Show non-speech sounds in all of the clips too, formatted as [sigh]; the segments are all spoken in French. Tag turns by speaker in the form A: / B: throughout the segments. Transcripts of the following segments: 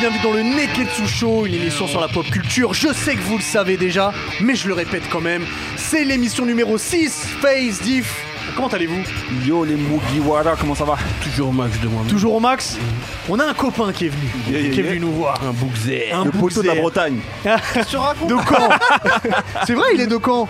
A: bienvenue dans le Neketsu Show, une émission sur la pop culture. Je sais que vous le savez déjà, mais je le répète quand même. C'est l'émission numéro 6, Face Diff. Comment allez-vous
B: Yo les Mugiwara, comment ça va
C: Toujours au max de moi-même.
A: Toujours au max On a un copain qui est venu,
B: Mm-hmm. Yeah, yeah,
A: qui est
B: yeah.
A: venu nous voir.
C: un bookzé.
A: Un
B: Le poteau de la
A: bookzer.
B: Bretagne.
A: De Caen.
B: [laughs]
A: C'est vrai, il est de Caen.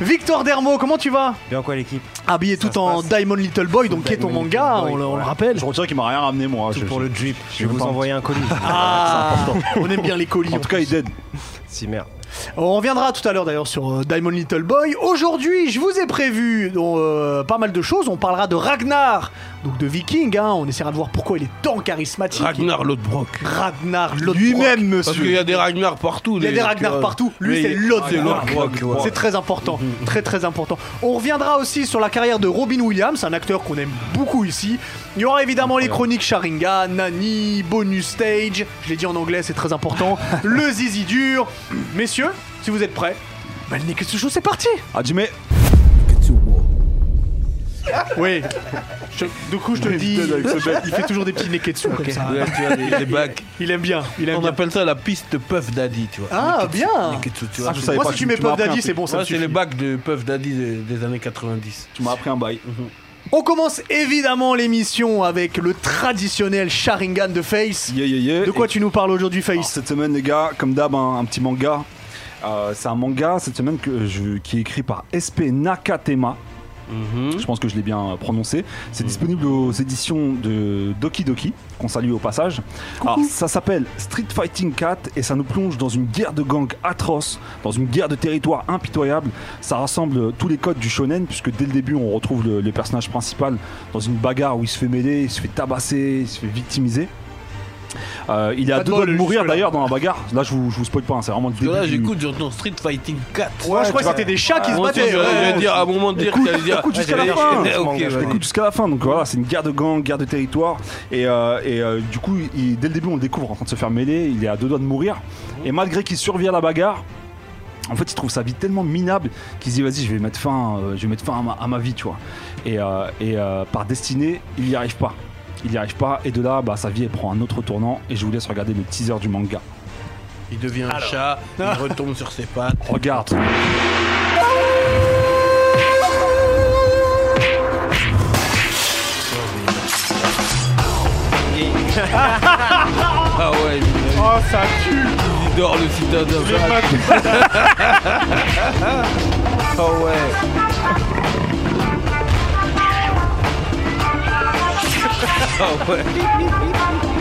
A: Victor Dermo, comment tu vas
D: Bien quoi l'équipe
A: Habillé
D: Ça
A: tout
D: se
A: en
D: passe.
A: Diamond Little Boy, donc qui est ton
D: Diamond
A: manga,
D: Little Boy,
A: on, le- on le
D: voilà.
A: rappelle.
B: Je retire qu'il m'a rien ramené moi. Je-
D: pour
B: je-
D: le drip. Je vais
B: veux
D: vous
B: pas
D: envoyer
B: [laughs]
D: un colis.
A: Ah, on aime bien les colis.
B: En tout cas, il est dead.
D: Si merde.
A: On reviendra tout à l'heure d'ailleurs sur euh, Diamond Little Boy. Aujourd'hui, je vous ai prévu euh, pas mal de choses. On parlera de Ragnar, donc de Viking. hein. On essaiera de voir pourquoi il est tant charismatique.
C: Ragnar Lodbrok.
A: Ragnar Lodbrok.
B: Lui-même,
C: Parce qu'il y
B: monsieur.
C: a des Ragnar Ah, partout.
A: Il y a des Ragnar partout. Lui, c'est l'autre
C: Lodbrok.
A: Lodbrok. C'est très important, très très important. On reviendra aussi sur la carrière de Robin Williams, un acteur qu'on aime beaucoup ici. Il y aura évidemment les chroniques Sharinga, Nani, bonus stage. Je l'ai dit en anglais, c'est très important. le zizi dur. Messieurs, si vous êtes prêts, bah, le Neketsu Show, c'est parti.
B: Hajime,
A: Oui. Je- du coup, je te le dis,
B: putain, avec ce mec.
A: il fait toujours des petits neketsu comme ça.
C: Là, tu as des, des bacs.
A: Il aime bien. Il aime
C: On
A: bien.
C: appelle ça la piste Puff Daddy, tu vois.
A: Ah, bien.
C: Neketsu, tu
B: Ah,
C: vois.
B: je
C: c'est-
B: savais
A: Moi,
B: pas
A: si
B: que
A: tu
B: tu
A: mets
B: m'as
A: Puff
B: appris un
A: Daddy,
B: truc.
A: c'est bon, ça
C: Ouais,
A: me
C: c'est
A: suffit.
C: les bacs de Puff Daddy des, des années 90.
B: tu m'as appris un bail.
D: Mhm.
A: On commence évidemment l'émission avec le traditionnel Sharingan de Face.
B: Yeah, yeah, yeah.
A: De quoi
B: Et-
A: tu nous parles aujourd'hui,
B: Alors,
A: Face
B: Cette semaine, les gars, comme d'hab, hein, un, un petit manga. Euh, c'est un manga cette semaine que je- qui est écrit par SP Nakatema. Je pense que je l'ai bien prononcé. C'est disponible aux éditions de Doki Doki, qu'on salue au passage. Alors, ça s'appelle Street Fighting Cat et ça nous plonge dans une guerre de gang atroce, dans une guerre de territoire impitoyable. Ça rassemble tous les codes du shonen, puisque dès le début, on retrouve le, le personnage principal dans une bagarre où il se fait mêler, il se fait tabasser, il se fait victimiser. Euh, il est
A: Pas
B: à
A: de
B: deux
A: bol
B: doigts de mourir
A: jusque-là.
B: d'ailleurs dans la bagarre. Là, je vous, je vous spoil pas, hein, c'est vraiment le
C: Parce que
B: début.
C: là,
B: du-
C: j'écoute, j'entends Street Fighting 4.
A: Moi, je crois que
B: Ah, tu Ah,
A: c'était des chats qui se
C: Moi aussi,
A: battaient.
C: je- je vais
A: Ouais.
C: dire, à un moment de dire, que t'allais dire.
B: écoute jusqu'à
C: Ouais, j'allais
B: la fin.
C: dire, [laughs]
B: Je
C: ok, vas-y.
B: Écoute jusqu'à la fin, donc voilà, c'est une guerre de gang, guerre de territoire. Et, euh, et, euh, du coup, il- dès le début, on le découvre en train de se faire mêler, il est à deux doigts de mourir. Et malgré qu'il survit à la bagarre, en fait, il trouve sa vie tellement minable qu'il se dit vas-y, je vais mettre fin, euh, je vais mettre fin à ma, à ma vie, tu vois. Et, euh, et, euh, par destinée, il n'y arrive pas. Il n'y arrive pas, et de là, bah, sa vie elle prend un autre tournant. Et je vous laisse regarder le teaser du manga.
C: Il devient un chat, il retombe sur ses pattes.
B: Regarde.
C: Ah ouais, il-
A: Oh, ça tue.
C: il dort le citadin. Ah ouais. Ah ouais.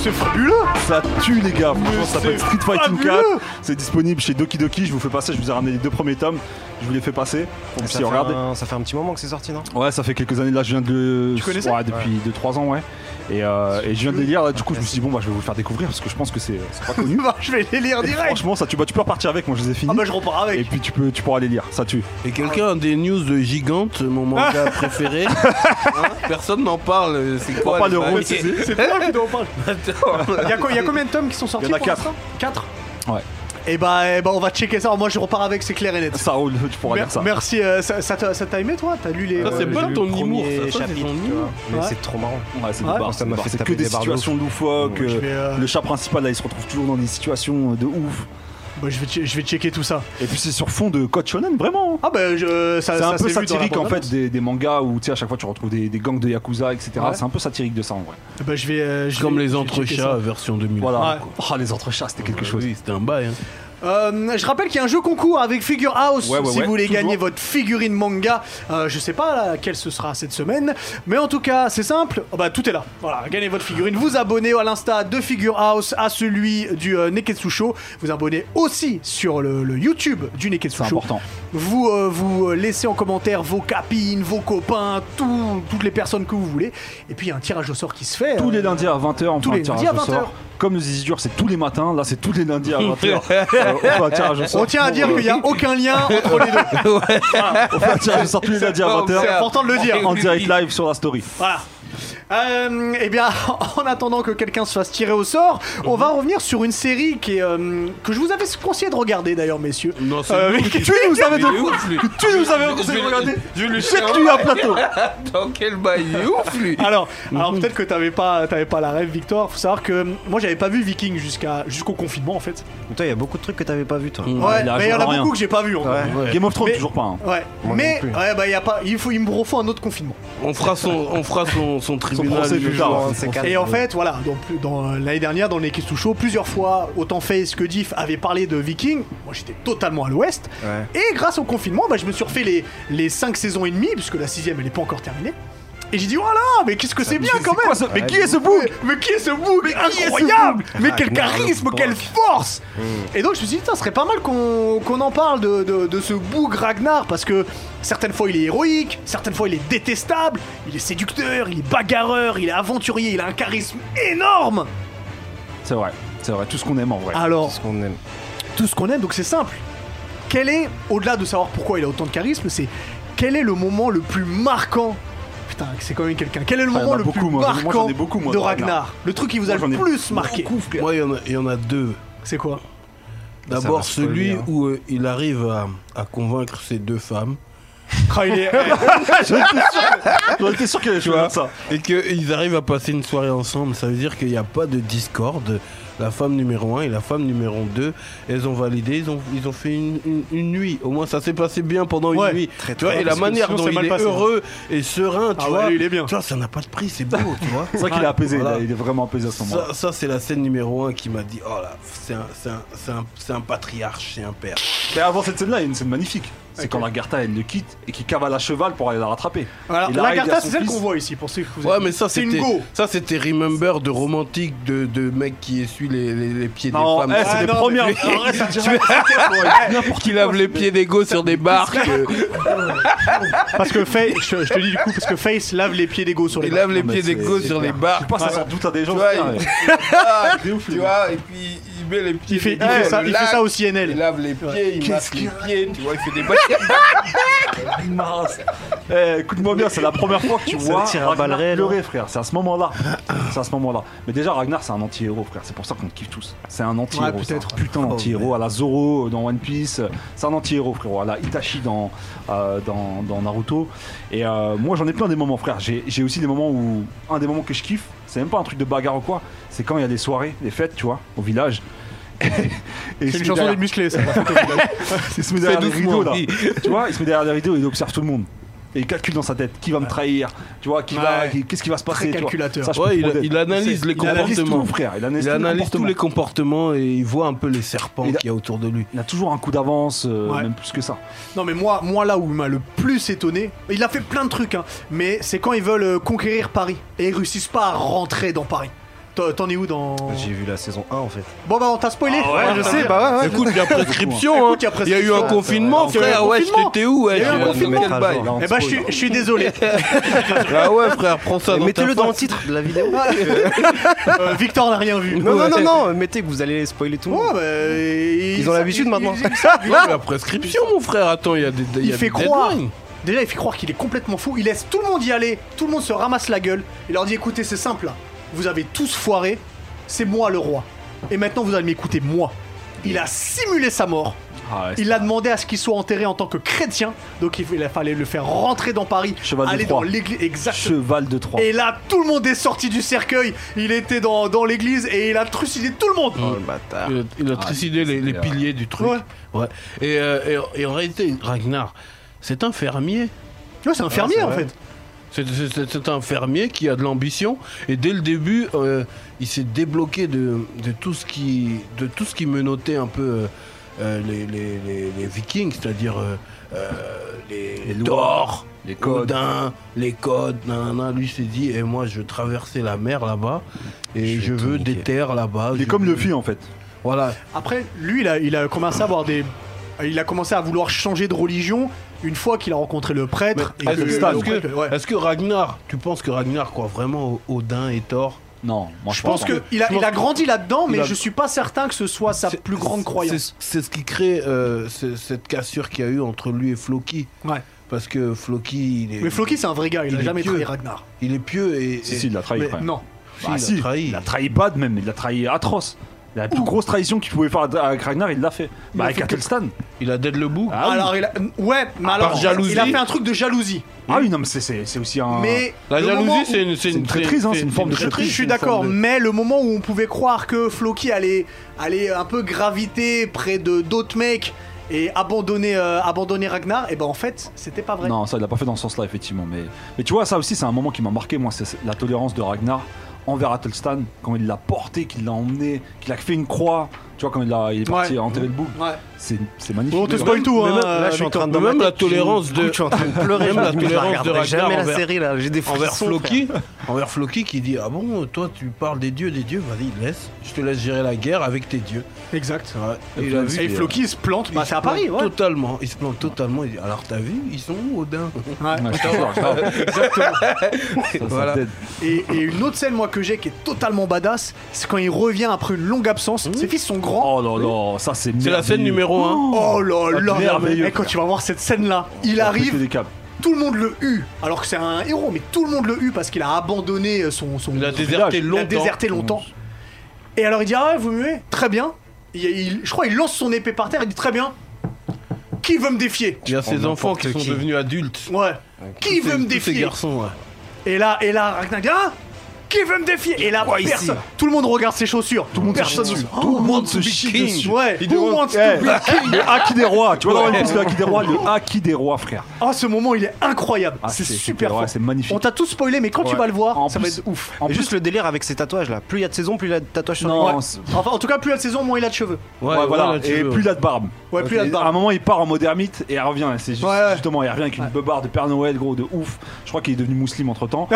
A: C'est Euh, fabuleux.
B: [laughs] Ça tue les gars, franchement,
A: Mais
B: ça s'appelle
A: c'est
B: Street Fighting 4.
A: fabuleux
B: C'est disponible chez Doki Doki, je vous fais passer, je vous ai ramené les deux premiers tomes, je vous les fais passer. Pour que
D: ça,
B: si
D: fait
B: regardez.
D: un, ça fait un petit moment que c'est sorti non
B: Ouais, ça fait quelques années là, je viens de le.
A: Tu connaissais
B: ouais, depuis 2-3 ans, ouais. Et, euh, et je viens de les lire, là, du coup, je me suis dit, bon, bah, je vais vous le faire découvrir parce que je pense que c'est c'est pas connu.
A: Bah, je vais les lire [laughs]
B: Et
A: direct.
B: franchement, ça, tu, bah, tu peux repartir avec, moi je les ai finis.
A: Ah bah je repars
B: et
A: avec.
B: puis tu, peux, tu pourras les lire, ça tue.
C: Et quelqu'un a des news de gigante, mon manga préféré. Hein Personne n'en parle. C'est quoi
B: On parle
C: les
B: de
C: familles
B: Rose,
A: [laughs]
B: c'est- c'est-
A: C'est toi qui dois en parler.
C: Attends.
A: Il y, a co- il y a combien de tomes qui sont sortis
B: Il y en a
A: pour
B: quatre.
A: l'instant Quatre
B: Ouais.
A: Et bah, eh bah, on va checker ça. Moi, je repars avec, c'est clair et net.
B: Ça roule, [laughs] tu pourras
A: Mer-
B: lire ça.
A: Merci. euh, ça ça t'a ça t'a aimé, toi T'as lu les.
C: Ça, c'est
A: euh,
C: pas
D: j'ai
C: ton
D: lu le
C: humour,
D: premier
C: ça, ça, c'est
D: chapitre,
C: ton
D: tu
C: humour.
D: vois. Mais
A: Ouais.
D: c'est trop marrant.
B: Ouais, c'est des
A: Ouais,
B: barres,
D: ça
B: c'est des
D: m'a
B: barres.
D: fait
B: C'est que
D: taper
B: des
D: des barres de
B: situations loufoques.
A: Je
B: euh,
A: vais, euh,
B: Le chat principal là, il se retrouve toujours dans des situations euh, de ouf.
A: bah, je, vais che- je vais checker tout ça.
B: Et puis c'est sur fond de Code Shonen, vraiment. hein.
A: Ah bah, je, ça,
B: C'est
A: ça
B: un peu
A: s'est vu dans la
B: satirique en
A: bande-annonce.
B: fait des, des mangas où tu sais à chaque fois tu retrouves des, des gangs de yakuza etc.
A: Ouais.
B: C'est un peu satirique de ça en vrai.
A: Bah, je vais. euh, je
C: Comme
A: vais-
C: les
A: je vais checker ça.
C: entrechats version 2000.
B: Voilà.
A: Ouais.
B: Ah les entrechats c'était quelque
C: Ouais,
B: chose.
C: Oui, c'était un bail. hein.
A: Euh, je rappelle qu'il y a un jeu concours avec Figure House
B: Ouais, ouais,
A: si
B: ouais,
A: vous voulez
B: toujours.
A: gagner votre figurine manga. Euh, je sais pas laquelle ce sera cette semaine, mais en tout cas, c'est simple. Oh, bah, tout est là. Voilà, gagnez votre figurine. Vous abonnez à l'insta de Figure House, à celui du euh, Neketsu Show. Vous abonnez aussi sur le, le YouTube du Neketsu
B: C'est
A: Show.
B: important.
A: Vous, euh, vous euh, laissez en commentaire vos capines, vos copains, tout- toutes les personnes que vous voulez. Et puis, il y a un tirage au sort qui se fait.
B: Tous
A: euh,
B: les lundis à 20h on
A: tous
B: fait un
A: les
B: tirage
A: lundis à
B: au
A: 20 heures.
B: sort. Comme le Zizi Dur c'est tous les matins, là c'est tous les lundis
A: [laughs]
B: à 20h. on fait un tirage au sort.
A: On tient à
B: pour,
A: dire
B: euh,
A: qu'il n'y a aucun lien entre les deux.
B: On fait un tirage au sort tous les lundis à
C: C'est
B: 20h.
A: important de le dire.
B: En direct live sur la story.
A: Voilà. Euh, eh bien, [laughs] en attendant que quelqu'un se fasse tirer au sort, on va revenir sur une série qui est, euh, que je vous avais conseillé de regarder d'ailleurs, messieurs.
C: Non, c'est
A: Euh,
C: nous
A: que
C: qui-
A: tu nous avais
C: Mais
A: de-
C: ouf, lui.
A: que tu nous avais
C: Je-
A: conseillé
C: je-
A: de regarder.
C: Je le sais.
A: Faites-lui un plateau.
C: Dans quel bail Il est ouf, lui.
A: Alors, alors peut-être que t'avais pas, t'avais pas la rêve, Victor. Faut savoir que euh, moi, j'avais pas vu Viking jusqu'à jusqu'au confinement, en fait.
D: Mais Toi, il y a beaucoup de trucs que t'avais pas vu, toi.
C: Mm.
A: Ouais,
B: il a
A: mais il y en a
B: absolument
A: beaucoup
B: rien.
A: que j'ai pas vu. encore.
D: Ouais.
B: Game of Thrones,
A: Mais-
B: toujours pas. hein.
A: Ouais,
D: Moi non
A: mais
D: plus.
A: ouais, bah, y a pas, il, faut, il me refont un autre confinement.
C: On fera son, on fera son, son tribunal.
B: procès
C: du
B: plus
C: jour.
B: tard.
D: Genre, hein, c'est quatre.
A: Et en fait, voilà, dans, plus- dans, euh, l'année dernière, dans les Kiss to Show, plusieurs fois, autant Face que Diff avaient parlé de Viking. Moi, j'étais totalement à l'ouest.
D: Ouais.
A: Et grâce au confinement, bah, je me suis refait les, les 5 saisons et demie, puisque la sixième, elle est pas encore terminée. Et j'ai dit, voilà, mais qu'est-ce que c'est bien quand même
B: Mais qui
D: Ouais,
B: est ce bouc
A: Mais qui est ce bouc
B: est ce
A: Incroyable Mais quel
D: Ragnar
A: charisme, quelle
D: Lothbrok.
A: force
B: Mm.
A: Et donc je me suis dit, ça serait pas mal qu'on qu'on en parle de, de- de ce bouc Ragnar, parce que certaines fois il est héroïque, certaines fois il est détestable, il est séducteur, il est bagarreur, il est aventurier, il a un charisme énorme
B: C'est vrai, c'est vrai, tout ce qu'on aime en vrai.
A: Alors,
D: C'est ce qu'on aime.
A: tout ce qu'on aime, donc c'est simple. Quel est, au-delà de savoir pourquoi il a autant de charisme, c'est quel est le moment le plus marquant Putain, c'est quand même quelqu'un. Quel est le
B: Ah, il y en
A: moment
B: a
A: le
B: beaucoup,
A: plus
B: moi. Moi, j'en ai
A: marquant
B: beaucoup, moi,
A: de
B: de
A: Ragnar.
B: Ragnar.
A: Le truc qui vous a
B: Moi,
A: le
B: j'en ai
A: plus marqué.
C: Moi, il y en a- il y, en a deux.
A: C'est quoi
C: D'abord
D: va spoiler,
C: celui
D: hein.
C: où euh, il arrive à, à convaincre ces deux femmes
A: Ah, il est-
B: J'en étais sûr que je vois ça.
C: et qu'ils arrivent à passer une soirée ensemble. Ça veut dire qu'il n'y a pas de discorde. La femme numéro 1 et la femme numéro 2, elles ont validé, ils ont, ils ont fait une, une- une nuit. Au moins, ça s'est passé bien pendant
A: Ouais,
C: une nuit.
D: très,
C: tu vois,
D: très,
C: et la
A: parce que
C: manière
A: sinon,
C: dont
A: c'est
C: il
A: mal
C: est
A: passé.
C: heureux et serein, tu
A: Ah ouais,
C: vois.
A: lui, il est bien.
C: Tu vois, ça n'a pas de prix, c'est beau, tu vois.
A: [laughs]
B: C'est vrai qu'il est apaisé,
C: Voilà.
B: là, il est vraiment apaisé à ce moment.
C: Ça, ça, c'est la scène numéro 1 qui m'a dit Oh là, c'est un, c'est un- c'est un- c'est un patriarche, c'est un père.
B: Mais avant cette scène-là, il y a une scène magnifique. C'est
A: Ok.
B: quand Lagartha, elle le quitte et qu'il cavale à cheval pour aller la rattraper.
A: Alors,
B: Il
A: la
B: arrive
A: Garta,
B: à son
A: c'est celle
B: fils.
A: qu'on voit ici, pour ceux que vous
C: Ouais,
A: avez-
C: mais ça,
A: c'est
C: c'était.
A: une go.
C: Ça, c'était Remember de romantique de, de mec qui essuie les, les- les pieds
B: Non,
C: des
B: eh,
C: femmes.
B: c'est
A: Ah,
B: les
A: non,
B: premières.
A: mais-
B: Ah, ouais, c'est direct.
C: N'importe qui lave les pieds des go sur des barques. euh,
A: [laughs] Parce que Face, je, je te dis du coup, parce que Face lave les pieds d'ego sur les.
C: il lave les
B: mais
C: pieds des
B: c'est-
C: go
B: c'est
C: sur les
B: clair. Je
C: barques.
B: sais pas, ça sort doute à des gens.
C: Tu vois,
B: putain,
C: il-
B: ouais.
C: Ah,
B: C'est ouf, les
C: tu
B: gars.
C: vois, et puis il met les pieds.
A: Il fait,
C: des
A: il fait
C: go
A: ça,
C: au
A: il fait
C: lac,
A: ça au CNL.
C: Il lave les pieds, il masse les pieds, tu vois, il fait des
B: Il m'arrasse. Eh, écoute-moi bien, c'est la première fois que tu
D: Ça
B: vois
D: tire à balles
B: Ragnar
D: réelles,
B: pleurer, frère. C'est à ce moment-là. C'est à ce moment-là. Mais déjà, Ragnar, c'est un anti-héros, frère. C'est pour ça qu'on le kiffe tous. C'est un anti-héros.
A: Ouais,
B: c'est un
A: peut-être. Oh,
B: putain d'anti-héros à la Zoro euh, dans One Piece. C'est un anti-héros, frérot. À la Itachi dans, euh, dans, dans Naruto. Et euh, moi, j'en ai plein des moments, frère. J'ai j'ai aussi des moments où. Un des moments que je kiffe, c'est même pas un truc de bagarre ou quoi. C'est quand il y a des soirées, des fêtes, tu vois, au village. [laughs] Et
A: C'est une chanson des musclés, ça.
B: [laughs] il se met derrière les
C: doucement,
B: rideaux là.
C: oui.
B: tu vois, il se met derrière les rideaux et il observe tout le monde. Et il calcule dans sa tête qui va me trahir, tu vois, qui va,
A: Ouais.
B: qui- qu'est-ce qui va se
A: Très
B: passer. tu vois.
A: calculateur.
B: Ça, je peux
C: Ouais, il,
B: prendre-
C: il analyse les
B: il analyse
C: comportements.
B: tout, frère. Il analyse,
C: Il
B: tout le
C: analyse tous
B: comportement.
C: les comportements et il voit un peu les serpents
B: Il a-
C: qu'il y a autour de lui.
B: Il a toujours un coup d'avance, euh,
A: Ouais.
B: même plus que ça.
A: Non mais moi, moi là où il m'a le plus étonné, il a fait plein de trucs, hein, mais c'est quand ils veulent euh, conquérir Paris et ils réussissent pas à rentrer dans Paris. T'en t'en es où dans
D: J'ai vu la saison 1 en fait.
A: Bon bah on t'a spoilé.
B: ouais,
A: je
B: bah
A: sais.
B: ouais,
C: Écoute, il y a prescription. hein.
A: Écoute, il y a
C: Il y a eu un
A: prescription.
C: confinement,
A: Il y a eu un
C: frère. Ouais,
A: confinement.
C: t'étais où ouais,
A: Il y a eu un
C: tu-
A: confinement.
C: quel bail ben,
D: Là,
A: Eh bah je suis- je suis
C: [laughs]
A: désolé.
C: Ah ouais, frère, prends ça
D: Mais
C: dans
D: Mettez-le
C: ta
D: dans le
C: face.
D: titre de la vidéo. [laughs]
A: Euh, Victor n'a rien vu.
D: Non, non, non, non, mettez que vous allez spoiler tout le
A: Ouais,
D: monde.
A: bah, ils,
D: ont l'habitude
A: ils-
D: maintenant.
A: ils-
C: Il y a eu la prescription, mon frère. Attends, il y a des. Ah il y
A: Il
C: a
A: fait
C: des
A: croire.
C: deadlines.
A: Déjà, il fait croire qu'il est complètement fou. Il laisse tout le monde y aller. Tout le monde se ramasse la gueule. Il leur dit écoutez, c'est simple. là. Vous avez tous foiré. C'est moi le roi. Et maintenant, vous allez m'écouter, moi. Il a simulé sa mort.
B: Ah ouais,
A: Il a demandé à ce qu'il soit enterré en tant que chrétien. Donc, il il a fallu le faire rentrer dans Paris.
B: Cheval de
A: aller
B: Troie.
A: dans l'église.
B: c'est-
A: Exactement.
B: Cheval de Troie.
A: Et là, tout le monde est sorti du cercueil. Il était dans, dans l'église et il a trucidé tout le monde.
D: Oh le bâtard.
C: Il a, il a trucidé les, les
B: c'est-
C: piliers du truc.
A: Ouais.
C: Ouais. Et, euh, et- et en réalité, Ragnar, c'est un fermier.
A: Ouais, c'est un fermier
D: c'est
A: en
D: vrai.
A: fait.
C: C'est- C'est c'est- c'est un fermier qui a de l'ambition et dès le début, euh, il s'est débloqué de, de tout ce qui de tout ce qui menottait un peu euh, euh, les, les- les- les Vikings, c'est-à-dire euh, euh, les, les Thor,
B: les codes.
C: Odin, les codes. nanana. lui s'est dit et moi je veux traverser la mer là-bas et je,
D: Je vais tout
C: veux des
D: niquer.
C: terres là-bas.
B: Il est
C: je
B: comme
C: veux-
B: le film en fait.
C: Voilà.
A: Après, lui, il a, il a commencé à avoir des. Il a commencé à vouloir changer de religion une fois qu'il a rencontré le prêtre.
C: Est-ce que,
A: le
C: est-ce
A: prêtre,
C: que-
A: ouais.
C: est-ce que Ragnar, tu penses que Ragnar croit vraiment au- Odin et Thor
B: Non, moi
A: Je pense
B: pas.
A: qu'il a,
C: je
A: il a
C: pense-
A: grandi là-dedans, mais
C: il a-
A: je suis pas certain que ce soit sa
C: C'est-
A: plus grande
C: c'est-
A: croyance.
C: C'est c'est ce qui crée euh, ce- cette cassure qu'il y a eu entre lui et Floki.
A: Ouais.
C: parce que Floki, il est,
A: Mais Floki, c'est un vrai gars, il,
C: Il
A: a
C: est
A: jamais
C: pieux. Ah,
A: trahi Ragnar.
C: il est pieux et.
B: Si,
C: et-
B: si, il l'a trahi,
C: mais-
B: quand même.
A: Non.
C: Si,
B: Bah,
C: il
B: si,
C: l'a trahi.
B: Il a trahi bad même, il l'a trahi atroce. La plus grosse trahison qu'il pouvait faire à Ragnar, il l'a fait. Bah, avec Atelstan.
C: Il a dead le bout.
B: Ah, oui.
A: alors, il a... Ouais, mais alors,
C: part jalousie.
A: il a fait un truc de jalousie.
B: Ah oui, non, mais c'est- c'est c'est aussi un.
A: Mais
C: La
A: le moment où-
C: jalousie, c'est une, c'est
B: Ah. C'est une traîtrise, hein, c'est une forme de
A: Je
B: traîtrise.
A: suis
B: une forme
A: d'accord,
B: de-
A: mais le moment où on pouvait croire que Floki allait, allait un peu graviter près de d'autres mecs et abandonner, euh, abandonner Ragnar, et ben en fait, c'était pas vrai.
B: Non, ça, il l'a pas fait dans ce sens-là, effectivement. Mais, mais tu vois, ça aussi, c'est un moment qui m'a marqué, moi, c'est la tolérance de Ragnar envers Athelstan, quand il l'a porté, qu'il l'a emmené, qu'il a fait une croix. Tu vois, quand il, a, il est parti
A: Ouais.
B: enterrer le bouc.
A: Ouais.
B: C'est c'est magnifique.
A: Bon, on te spoil tout,
D: Mais
A: hein.
D: même- là, je suis en
A: Victor.
D: train de.
C: Même la tolérance de-
D: Je suis en train de pleurer.
C: Même
D: je me
C: la
D: dis, mais je
C: tolérance de
D: regarderai jamais
C: Ragnar
D: la
C: envers-
D: série là. J'ai des frissons.
C: envers
D: frère.
C: Floki, envers Floki qui dit ah bon toi tu parles des dieux des dieux vas-y laisse je te laisse gérer la guerre avec tes dieux
A: Exact.
C: Et il a vu-
A: Et Floki il se plante, bah
C: il
A: c'est
C: se
A: à
C: plante
A: Paris, ouais.
C: totalement il se plante totalement il dit alors t'as vu ils sont où Odin
A: Ouais.
B: Ouais, je
A: [laughs]
B: te jure, grave. Ça, ça
C: Voilà.
B: dead.
A: Et, et une autre scène, moi, que j'ai qui est totalement badass, c'est quand il revient après une longue absence. Ses fils sont grands.
B: Oh là là, ça c'est
C: c'est la scène numéro 1
A: Oh là là,
B: merveilleux.
A: Et quand tu vas voir cette scène-là, il arrive,
B: des câbles.
A: tout le monde le hue, alors que c'est un héros, mais tout le monde le hue parce qu'il a abandonné euh, son, son,
C: il a déserté
A: Il
C: longtemps
A: a déserté longtemps. Et alors il dit Ah, vous muez Très bien. Il- il- je crois il lance son épée par terre. Il dit Très bien. Qui veut me défier
C: il y a ses
D: prends
C: enfants qui
D: n'importe
C: sont
D: qui.
C: devenus adultes
A: Ouais. Qui
C: Tous ces-
A: veut me
C: tous ces
A: défier
C: garçons ouais.
A: Et là, et là, Ragnar dit Ah, Qui veut me défier Et là, personne. Tout le monde regarde ses chaussures. Tout le monde personne.
B: se chie dessus.
A: Oh,
B: Tout le monde se
A: who
B: chie
A: king.
B: dessus.
A: Ouais.
C: Il
A: Who
C: demande-
A: wants to
B: Eh,
A: be king
B: Le Haki des rois, tu vois, dans
C: Ouais.
B: One Piece, le Haki des rois, le Haki des rois, frère.
A: Oh, ce moment, il est incroyable.
B: Ah,
A: c'est
B: c'est
A: super
B: super, ouais,
A: fort.
B: c'est magnifique.
A: On t'a tout spoilé, mais quand tu
B: Ouais.
A: vas le voir,
B: En
A: ça
B: plus-
A: va être ouf.
B: En
D: Et juste le délire avec ces tatouages là. Plus il y a de saison, plus il a de tatouages sur
B: Non,
D: les-
B: c'est-
A: Enfin, en tout cas, plus il a de saison, moins il a de cheveux.
C: Ouais,
B: Ouais, voilà.
C: là, tu
B: et
C: veux.
B: plus il a de barbe.
A: Ouais, plus il a de
B: Et
A: barbe.
B: À un moment, il part en mode ermite et il revient. C'est juste-
A: Ouais, ouais.
B: justement, il revient avec une beubare de Père Noël, gros, de ouf. Je crois qu'il est devenu musulman
A: [laughs]
B: entre temps.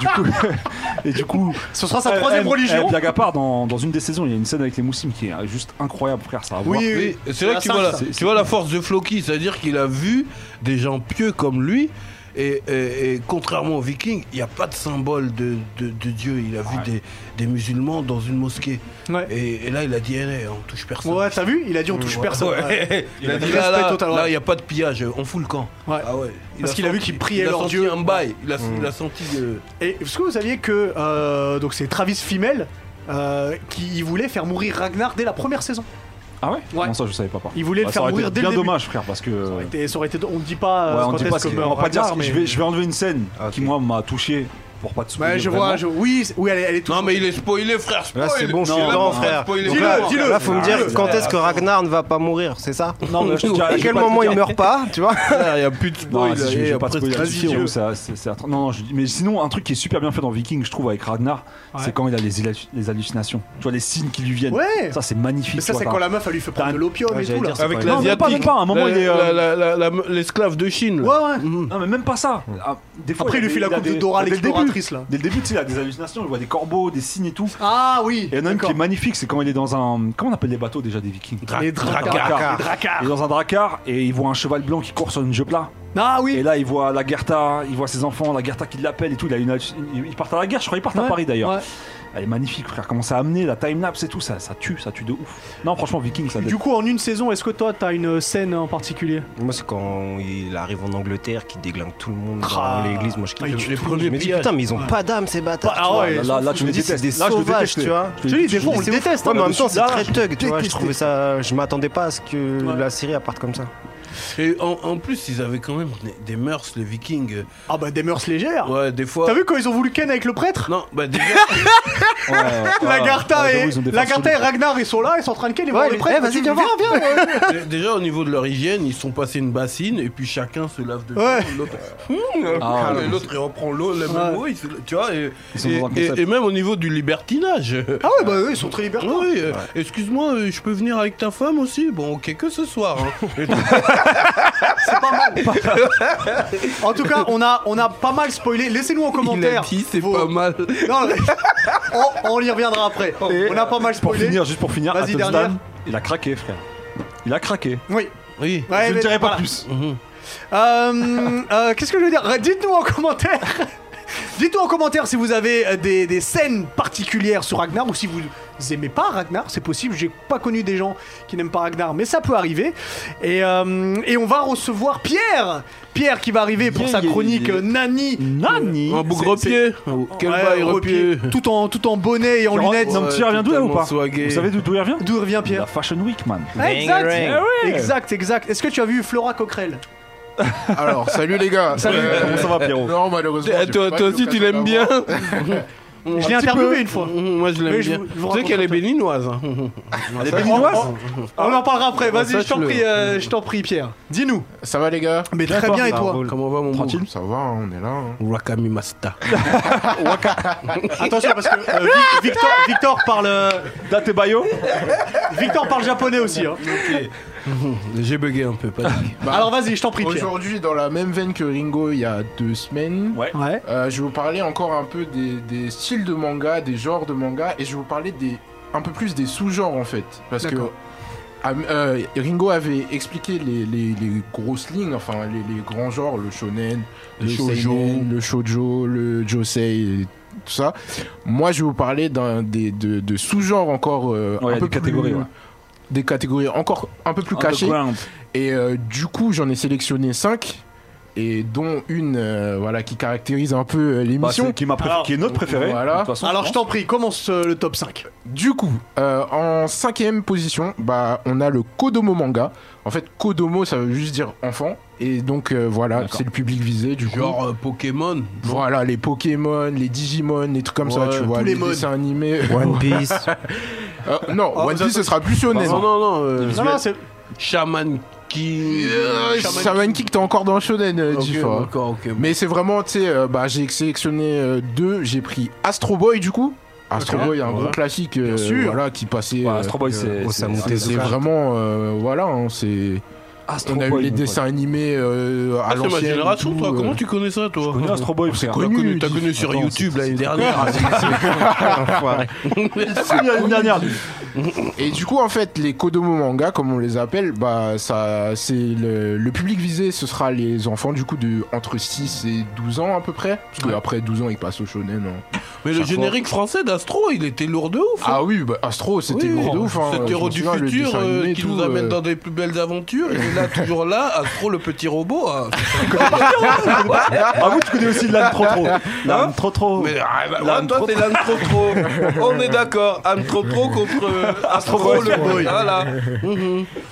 B: du coup, [laughs] et du coup,
A: Ce sera sa troisième
B: Eh, eh,
A: religion.
B: eh, blague à part, dans, dans une des saisons, il y a une scène avec les mouslims qui est euh, juste incroyable, frère. Ça va voir.
C: Oui, c'est là que tu vois, la,
A: ça.
C: tu vois la force de Floki, c'est-à-dire qu'il a vu des gens pieux comme lui. Et, et- et contrairement aux Vikings, il n'y a pas de symbole de, de- de Dieu. Il a vu des, des musulmans dans une mosquée.
A: Ouais.
C: Et, et là, il a dit Eh, eh, on touche personne.
A: Ouais, t'as vu Il a dit on touche
C: Ouais.
A: personne.
C: Ouais.
A: Ouais.
C: Il a
A: Il
C: dit
A: a
C: là,
A: respect
C: là,
A: total, ouais.
C: là, il n'y a pas de pillage, on fout le camp.
A: Ouais.
C: Ah ouais.
A: Parce qu'il a vu
C: senti-
A: qu'ils priaient
C: il a
A: leur
C: senti
A: Dieu.
C: un bail. Il a, il a senti. euh,
A: Et est-ce que vous saviez que euh, donc c'est Travis Fimmel euh, qui voulait faire mourir Ragnar dès la première saison
B: Ah ouais,
A: Ouais.
B: Non, ça, je savais pas. par contre.
A: Il voulait le
B: Bah,
A: faire
B: ça aurait
A: mourir
B: été
A: dès le
B: bien
A: début.
B: dommage, frère, parce que. euh,
A: Et ça aurait été on ne dit pas euh,
B: ouais, on
A: quand
B: dit pas
A: est-ce
B: ce
A: que
B: que-
A: meurt
B: on va pas dire
A: Ragnar,
B: ce que-
A: mais
B: je vais, je vais enlever une scène
D: Ah, ok.
B: qui moi m'a touché pour pas te spoiler
A: Ouais, je
B: vraiment.
A: vois, je... oui, c'est- oui, elle est, elle est
C: Non,
A: toujours-
C: mais il est spoilé, frère. Spoil.
D: Là, c'est bon, je suis
C: Non,
D: dedans,
C: non,
D: frère.
C: spoil-
D: Donc
A: dis-le,
D: là,
A: dis-le.
D: Là, faut me dire
A: Dis-le.
D: quand est-ce que Ragnar ne va pas mourir, c'est ça
B: Non, mais je te dirais-
D: [laughs] À
B: je vais
D: quel
B: pas te
D: moment il
B: dire.
D: meurt pas, tu vois
C: Frère, Il n'y a plus de
B: Non,
C: spoil.
B: si, je- je
C: et
B: vais pas te
C: après,
B: spoiler,
C: c'est-
B: si,
A: dis-le.
B: j'avoue, ça- c'est- c'est attra- non, non, je- mais sinon un truc qui est super bien fait dans Viking, je trouve avec Ragnar,
A: Ouais.
B: c'est quand il a les, hallu- les hallucinations. Tu vois les signes qui lui viennent.
A: Ouais.
B: Ça c'est magnifique.
A: Mais ça
B: tu
A: c'est
B: vois,
A: quand la meuf elle lui fait prendre
B: t'as-
A: de l'opium
D: Ouais,
A: et
D: j'allais
A: tout là.
D: dire, c'est
C: Avec
D: pas-
B: Non, même pas, même
C: l'asiatique.
B: pas, à un moment,
C: la-
B: il est, euh,
C: la- la- la- la- L'esclave de Chine.
A: Ouais
C: là.
A: ouais.
C: Mhm.
B: Non mais même pas ça. Ah, des fois,
A: Après, il lui
B: a
A: fait la
B: des- a
A: coupe de
B: des-
A: Dora
B: dès le début-
A: l'exploratrice, là.
B: Dès le début, tu sais, il a des hallucinations, il voit des corbeaux, des signes et tout.
A: Ah oui.
B: Et il y en a une qui
A: d'accord.
B: est magnifique, c'est quand il est dans un comment on appelle les bateaux déjà des Vikings.
A: Les dracars.
B: Drakkar.
A: Les dracars.
B: Il est dans un dracard et il voit un cheval blanc qui court sur une là
A: Ah oui.
B: Et là, il voit la Gerta, il voit ses enfants, la Gerta qui l'appelle et tout. Il a une, il il part à la guerre, je crois, il part à
A: Ouais,
B: Paris d'ailleurs.
A: ouais.
B: Elle est magnifique, frère. Comment ça a amené la timelapse et tout, ça, ça tue, ça tue de ouf. Non, franchement, Viking, ça
A: Du coup, en une saison, est-ce que toi t'as une scène en particulier
D: Moi, c'est quand il arrive en Angleterre qu'il déglingue tout le monde
A: Ah.
D: dans l'église. Moi, je kiffe.
A: Ah, il tue
D: Je
C: Les premiers
D: me dis,
C: pillages.
D: putain, mais ils ont pas d'âme, ces bâtards.
A: Ah,
D: tu
A: ah
D: vois.
A: ouais,
B: là, là, là,
D: Je
B: tu
D: me
B: me
D: dis, c'est
B: détestes.
D: des
B: Là, je le
D: sauvages,
B: déteste.
D: tu vois.
B: Je
A: Tu
B: le
A: dis, des fois on le
B: déteste.
A: déteste.
D: Ouais, mais en
A: hein.
D: même temps, c'est
B: Là,
D: très thug, tu vois. Je
B: détesté.
D: trouvais ça. Je m'attendais pas à ce que
A: Ouais.
D: la série parte comme ça.
C: Et en, en plus, ils avaient quand même des, des mœurs, les Vikings.
A: Ah bah des mœurs légères.
C: Ouais, des fois.
A: T'as vu quand ils ont voulu Ken avec le prêtre
C: Non, bah déjà.
B: Ouais, ouais, ouais,
A: Lagarta et,
B: ouais, Ah, j'avoue, ils ont des
A: Lagarta et
B: farces
A: Ragnar, ils sont là, ils sont en train de ken, ils
D: Ouais,
A: vont les
D: eh,
A: prêtres.
D: vas-y,
A: tu-
D: viens voir.
A: viens, viens. ouais.
C: dé- déjà, au niveau de leur hygiène, ils sont passés une bassine et puis chacun se lave de
A: Ouais.
C: l'eau. L'autre, Hum,
B: Ah,
C: et
B: ouais.
C: l'autre, il reprend l'eau, la même eau, il se- tu vois. Et,
B: Ils sont
C: et-
B: dans un
C: et-
B: concept.
C: et même au niveau du
B: [laughs]
C: libertinage.
A: Ah ouais, bah eux, ils sont très
C: Ah
A: libertins.
C: oui, euh, excuse-moi, euh, je peux venir avec ta femme aussi Bon, ok, que ce soir. hein. Et donc,
A: C'est pas mal. [laughs] en tout cas, on a, on a pas mal spoilé. Laissez-nous en
C: il a
A: commentaire.
C: dit, c'est
A: vos-
C: pas mal.
A: Non, mais- [laughs] on, on y reviendra après. on a pas mal
B: Pour
A: spoilé.
B: finir, juste pour finir,
A: Vas-y,
B: Athelstan,
A: dernière.
B: il a craqué, frère. Il a craqué.
A: Oui.
C: Oui.
A: Ouais,
B: je ne
A: mais-
B: dirai
A: voilà.
B: pas plus.
A: Euh, euh, Qu'est-ce que je veux dire Dites-nous en commentaire. [laughs] Dites-nous en commentaire si vous avez euh, des, des scènes particulières sur Ragnar ou si vous aimaient pas Ragnar, c'est possible, j'ai pas connu des gens qui n'aiment pas Ragnar, mais ça peut arriver. Et, euh, et on va recevoir Pierre Pierre qui va arriver pour
B: Yeah,
A: sa
B: yeah,
A: chronique
B: yeah. Oh,
A: euh, Nani
B: Nani
C: Un bougre-pied. Quel
A: Ouais,
C: bail
A: repied,
C: repied.
A: tout en, tout en bonnet et en lunettes.
B: Non,
C: Ouais,
B: tu reviens d'où là ou
C: totalement
B: pas
C: swagué.
B: Vous savez d'où d'où il revient
A: D'où revient
B: La
A: Pierre
B: Fashion Week, man.
A: Ah, Exact,
D: Bang,
B: bang. Ah ouais.
A: exact, exact. Est-ce que tu as vu Flora Coquerel
E: Alors, salut les gars. Euh,
B: Salut, comment ça va, Pierrot
E: Non, malheureusement.
C: Eh,
E: j'ai
C: Toi
E: pas
C: toi
E: eu
C: aussi, tu
E: l'occasion
C: l'aimes bien
A: Je l'ai
C: Un petit
A: interviewée
C: peu.
A: une fois.
C: Mmh, [laughs] Moi, je l'aime
A: Oui, je
C: bien.
A: vous- je vous
C: tu sais
A: raconte
C: qu'elle
A: ça.
C: est béninoise. hein.
B: Elle est béninoise
A: On en parlera après, vas-y, je t'en
C: sache-le.
A: prie, euh, je t'en prie Pierre. Dis-nous.
E: d'avoir. Ça va les gars
A: Mais très bien et toi
C: Comment va mon
B: Tranquille.
E: Ça va, hein, on est là. hein.
C: bougre Wakami Masta.
A: Attention parce que [laughs] euh, Vi- Victor, Victor parle euh,
B: Date et Bayo
A: Victor parle japonais aussi. hein.
C: J'ai bugué un peu, pas [laughs] de-
E: Bah,
A: Alors vas-y, je t'en prie Pierre.
E: Aujourd'hui, dans la même veine que Ringo il y a deux semaines,
B: Ouais.
A: Ouais.
E: euh, je vais vous parler encore un peu des, des styles de manga, des genres de manga, et je vais vous parler des, un peu plus des sous-genres en fait. Parce que
A: D'accord.
E: ah, euh, Ringo avait expliqué les, les- les grosses lignes, enfin les, les grands genres, le shonen,
C: Le
E: le,
C: shoujo.
E: shoujo, le shoujo, le josei, et tout ça. Moi, je vais vous parler d'un des de, de sous-genres encore euh,
B: Ouais,
E: un peu
B: des catégories,
E: plus-
B: ouais.
E: des catégories encore un peu plus cachées.
B: Underground.
E: Et euh, du coup, j'en ai sélectionné 5 et dont une euh, voilà qui caractérise un peu euh,
B: Bah,
E: l'émission.
B: c'est qui, est ma préf-
A: Alors,
B: qui est notre préféré.
E: voilà.
B: de toute façon,
A: Alors
B: je
A: je t'en prie, commence euh, le top 5.
E: Du coup, euh, en cinquième position, bah, on a le Kodomo manga. En fait, Kodomo, ça veut juste dire enfant. Et donc, euh, voilà,
B: D'accord.
E: c'est le public visé, du coup.
C: Genre euh, Pokémon.
E: Voilà, les Pokémon, les Digimon, les trucs comme ça,
C: Ouais,
E: tu vois.
A: tous les
E: Les
A: modes.
E: dessins animés.
D: One Piece.
E: Euh, non,
A: Ah,
E: One
A: vous
E: Piece, ce sera plus
C: Non,
E: shonen. hein.
C: non, non. euh,
A: Non, non, c'est
C: Shaman King.
E: Euh,
A: Shaman
E: Shaman King, t'es encore dans le shonen, euh,
C: Ok,
E: Jifa.
C: d'accord, ok.
E: Mais c'est vraiment, tu sais, euh, bah, j'ai sélectionné euh, deux. J'ai pris Astro Boy, du coup. Astro
C: Ok,
E: Boy, un
C: voilà.
E: gros classique, euh,
A: sûr.
E: voilà, qui passait.
B: Ouais,
E: euh,
B: Astro Boy,
E: euh,
B: c'est.
D: au
B: c'est-
D: Samouraï.
B: c'est-
E: c'est vraiment, euh, voilà, hein, c'est.
B: Astro
E: On a eu
B: Boy,
E: les
B: mon pote.
E: dessins animés euh, à
C: Ah, c'est ma
E: l'ancienne et
C: génération,
E: tout,
C: toi.
E: euh,
C: Comment tu connais ça, toi
B: Je connais Astro Boy, frère.
E: connu,
C: T'as connu, t'as
E: dis-
C: connu sur
B: Attends,
C: YouTube
B: c'est-
C: l'année dernière.
B: Une dernière.
E: Et du coup, en fait, les Kodomo manga, comme on les appelle, bah, ça, c'est le, le public visé, ce sera les enfants, du coup, de entre 6 et 12 ans à peu près. Parce qu'après 12 ans, ils passent au shonen. hein.
C: Mais le
E: Chaque
C: générique français d'Astro, il était lourd de ouf. hein.
E: Ah oui, bah, Astro, c'était
C: Oui,
E: gros de ouf. hein.
C: C'était
E: Je me
C: Héros du
E: souviens, le
C: futur
E: dessin
C: euh,
E: animé et
C: qui
E: tout,
C: nous amène
E: euh,
C: dans des plus belles aventures. Et là, toujours là, Astro le petit robot.
E: [laughs]
C: hein.
B: Ah, vous, tu connais aussi l'âne trop trop.
A: Hein
B: L'âne trop trop.
C: Mais ah, bah,
B: L'âne
C: ouais, toi,
B: trop-
C: t'es l'âne trop
E: [laughs]
C: trop. On est d'accord. Anne trop trop contre euh, Astro
B: Boy,
C: le boy. Voilà.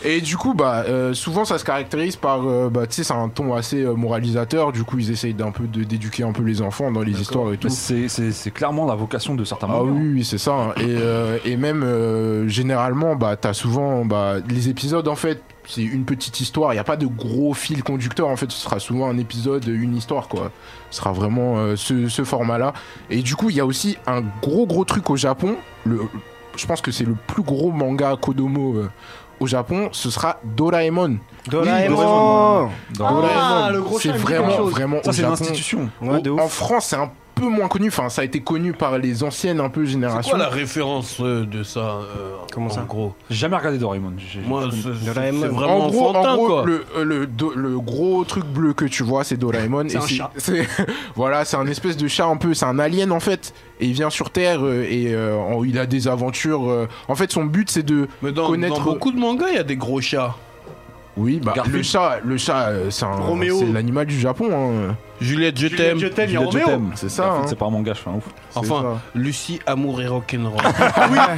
E: Et du coup, bah, euh, souvent, ça se caractérise par, euh, bah, tu sais, c'est un ton assez euh, moralisateur. Du coup, ils essayent d'un peu de- d'éduquer un peu les enfants dans les histoires et tout.
B: Mais c'est- C'est c'est clairement la vocation de certains
E: Ah
B: mangas.
E: oui, oui, c'est ça. hein. Et, euh, et même euh, généralement, bah, t'as souvent bah, les épisodes en fait. C'est une petite histoire, il n'y a pas de gros fil conducteur en fait, ce sera souvent un épisode, une histoire quoi. Ce sera vraiment euh, ce, ce format-là. Et du coup, il y a aussi un gros gros truc au Japon, le, je pense que c'est le plus gros manga Kodomo euh, au Japon, ce sera Doraemon.
D: Doraemon.
A: Ah, le gros
E: c'est
A: chat, il me dit quelque
E: vraiment
A: chose.
E: vraiment
B: Ça,
E: au
B: c'est une
E: Japon.
B: institution.
D: Ouais, de
E: En
D: ouf.
E: France, c'est un peu moins connu, enfin ça a été connu par les anciennes un peu
C: C'est
E: générations.
C: quoi la référence euh, de ça euh,
D: Comment
C: en
D: ça
C: gros
B: J'ai jamais regardé Doraemon. j'ai-
C: Moi, c'est c'est-
D: Doraemon.
C: c'est vraiment
E: en gros,
C: enfantin,
E: en gros,
C: quoi.
E: Le, euh, le, do- le gros truc bleu que tu vois, c'est Doraemon.
A: C'est
E: et
A: un chat.
E: c'est- [laughs] voilà, c'est un espèce de chat un peu, c'est un alien en fait. Et il vient sur Terre euh, et euh, en- il a des aventures. euh. en fait, son but c'est de.
C: Mais dans,
E: connaître-
C: dans beaucoup de mangas, il y a des gros chats.
E: Oui, bah,
B: Garfield.
E: le chat, le chat, euh, c'est un-
A: Roméo.
E: c'est l'animal du Japon. hein.
C: Juliette, je
A: Juliette,
C: t'aime.
A: Je t'aime, il y a
B: Juliette, je
A: Roméo.
B: t'aime.
E: C'est ça,
B: Garfield,
E: hein.
B: C'est pas un manga, je fais un ouf.
C: Enfin, Lucie, amour et rock'n'roll. [laughs]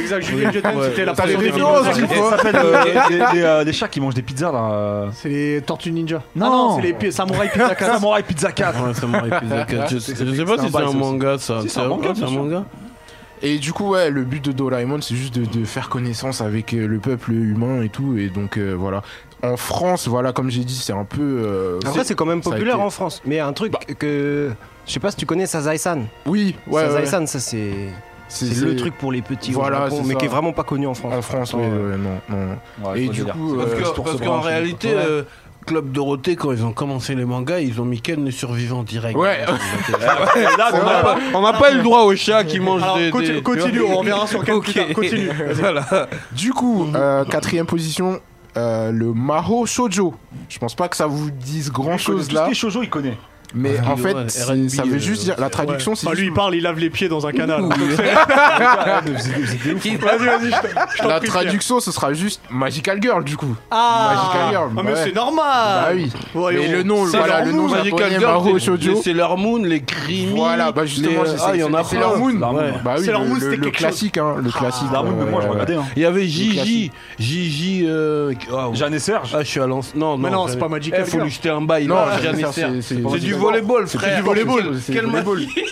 A: Exact, Juliette, je t'aime,
C: Ouais.
A: c'était la
E: T'as
A: passion
E: les
A: des
E: références,
A: Minotaurs.
E: tu
B: Et ça s'appelle euh, les- les- les, euh, les chats qui mangent des pizzas là. euh,
A: C'est les Tortues Ninja. Ah
B: Non.
A: non, c'est les pi- Samouraï [laughs] Pizza Cat.
B: Samurai Pizza 4.
C: Ouais, c'est mon épisode quatre. Je, je sais pas si c'est
B: bail,
C: un
B: ça aussi.
C: manga ça.
B: Si, c'est un manga,
C: ouais, c'est
B: bien sûr.
C: manga.
E: Et du coup, ouais, le but de Doraemon, c'est juste de, de faire connaissance avec euh, le peuple humain et tout. Et donc, euh, voilà. En France, voilà, comme j'ai dit, c'est un peu. euh,
D: Après, c'est quand même
E: ça a
D: populaire
E: été- Bah.
D: en France. Mais un truc que. Je sais pas si tu connais Sazae-san.
E: Oui, ouais. ouais, ouais.
D: Sazae-san, ça c'est. C'est le truc pour les petits au
E: Voilà,
D: Japon,
E: c'est
D: mais
E: ça.
D: qui est vraiment pas connu en France.
E: En France, ouais, ouais, non, non. Et du coup,
C: Parce
E: euh,
C: que- parce qu'en réalité, euh, Club Dorothée, quand ils ont commencé les mangas, ils ont mis Ken le survivant direct.
E: Ouais. [laughs]
B: là,
C: On n'a pas- on n'a pas eu le droit aux chats qui mangent
A: Alors,
C: des.
A: continue,
C: des-
A: continue,
C: tu vois.
A: on verra sur quel plus tard,
C: Ok. [laughs]
A: [laughs] continue.
C: Voilà.
E: Du coup, euh, quatrième position, euh, le Maho Shoujo. Je pense pas que ça vous dise grand chose là.
B: Les shoujo, il connaît.
E: Mais
C: Ah,
E: en
C: oui,
E: fait,
C: ouais,
E: c'est-
C: R&B,
E: ça veut
C: euh,
E: juste dire la traduction, c'est
A: Enfin, lui,
E: juste-
A: il parle, il lave les pieds dans un canal. vas-y, vas-y, je t'en- je t'en
E: la
A: prie,
E: traduction, ce sera juste Magical Girl du coup.
A: Pierre. Ah,
E: Magical Girl,
A: Ah, mais
E: ouais.
A: c'est normal.
E: Bah oui.
A: Voyons.
E: Mais le nom,
C: C'est
E: voilà,
C: leur
E: le nom
C: Moon, Magical
E: japonais
C: Girl,
E: Maho
C: les- les
E: Shoujo.
C: Sailor Moon, les Creamy.
E: Voilà, bah justement,
C: les-
E: c'est
C: ah, il y en a
E: c'est
C: plein.
E: Sailor Moon.
B: Ouais.
E: Bah oui,
A: Sailor
E: le-
A: Moon,
E: le-
A: c'était
E: le
A: quelque
E: classique, hein, le classique.
B: Darwin, mais moi je
E: ouais, ouais.
B: regardais. Hein.
C: Il y avait
E: classique.
C: Gigi. Gigi. euh, qui- ah, ouais.
B: Jeanne et Serge.
C: Ah, je suis à Lens. Non, non.
A: Mais non, c'est
C: j'avais-
A: pas Magical
C: Eh, faut
A: Girl.
C: lui jeter un bail.
E: Non,
C: Non,
E: c'est-
C: Jeanne et
E: c'est-
C: Serre.
E: c'est- c'est-
C: C'est du
E: c'est-
C: volleyball, frère.
E: du volleyball, c'est
C: Quel
E: du volleyball.
C: magie.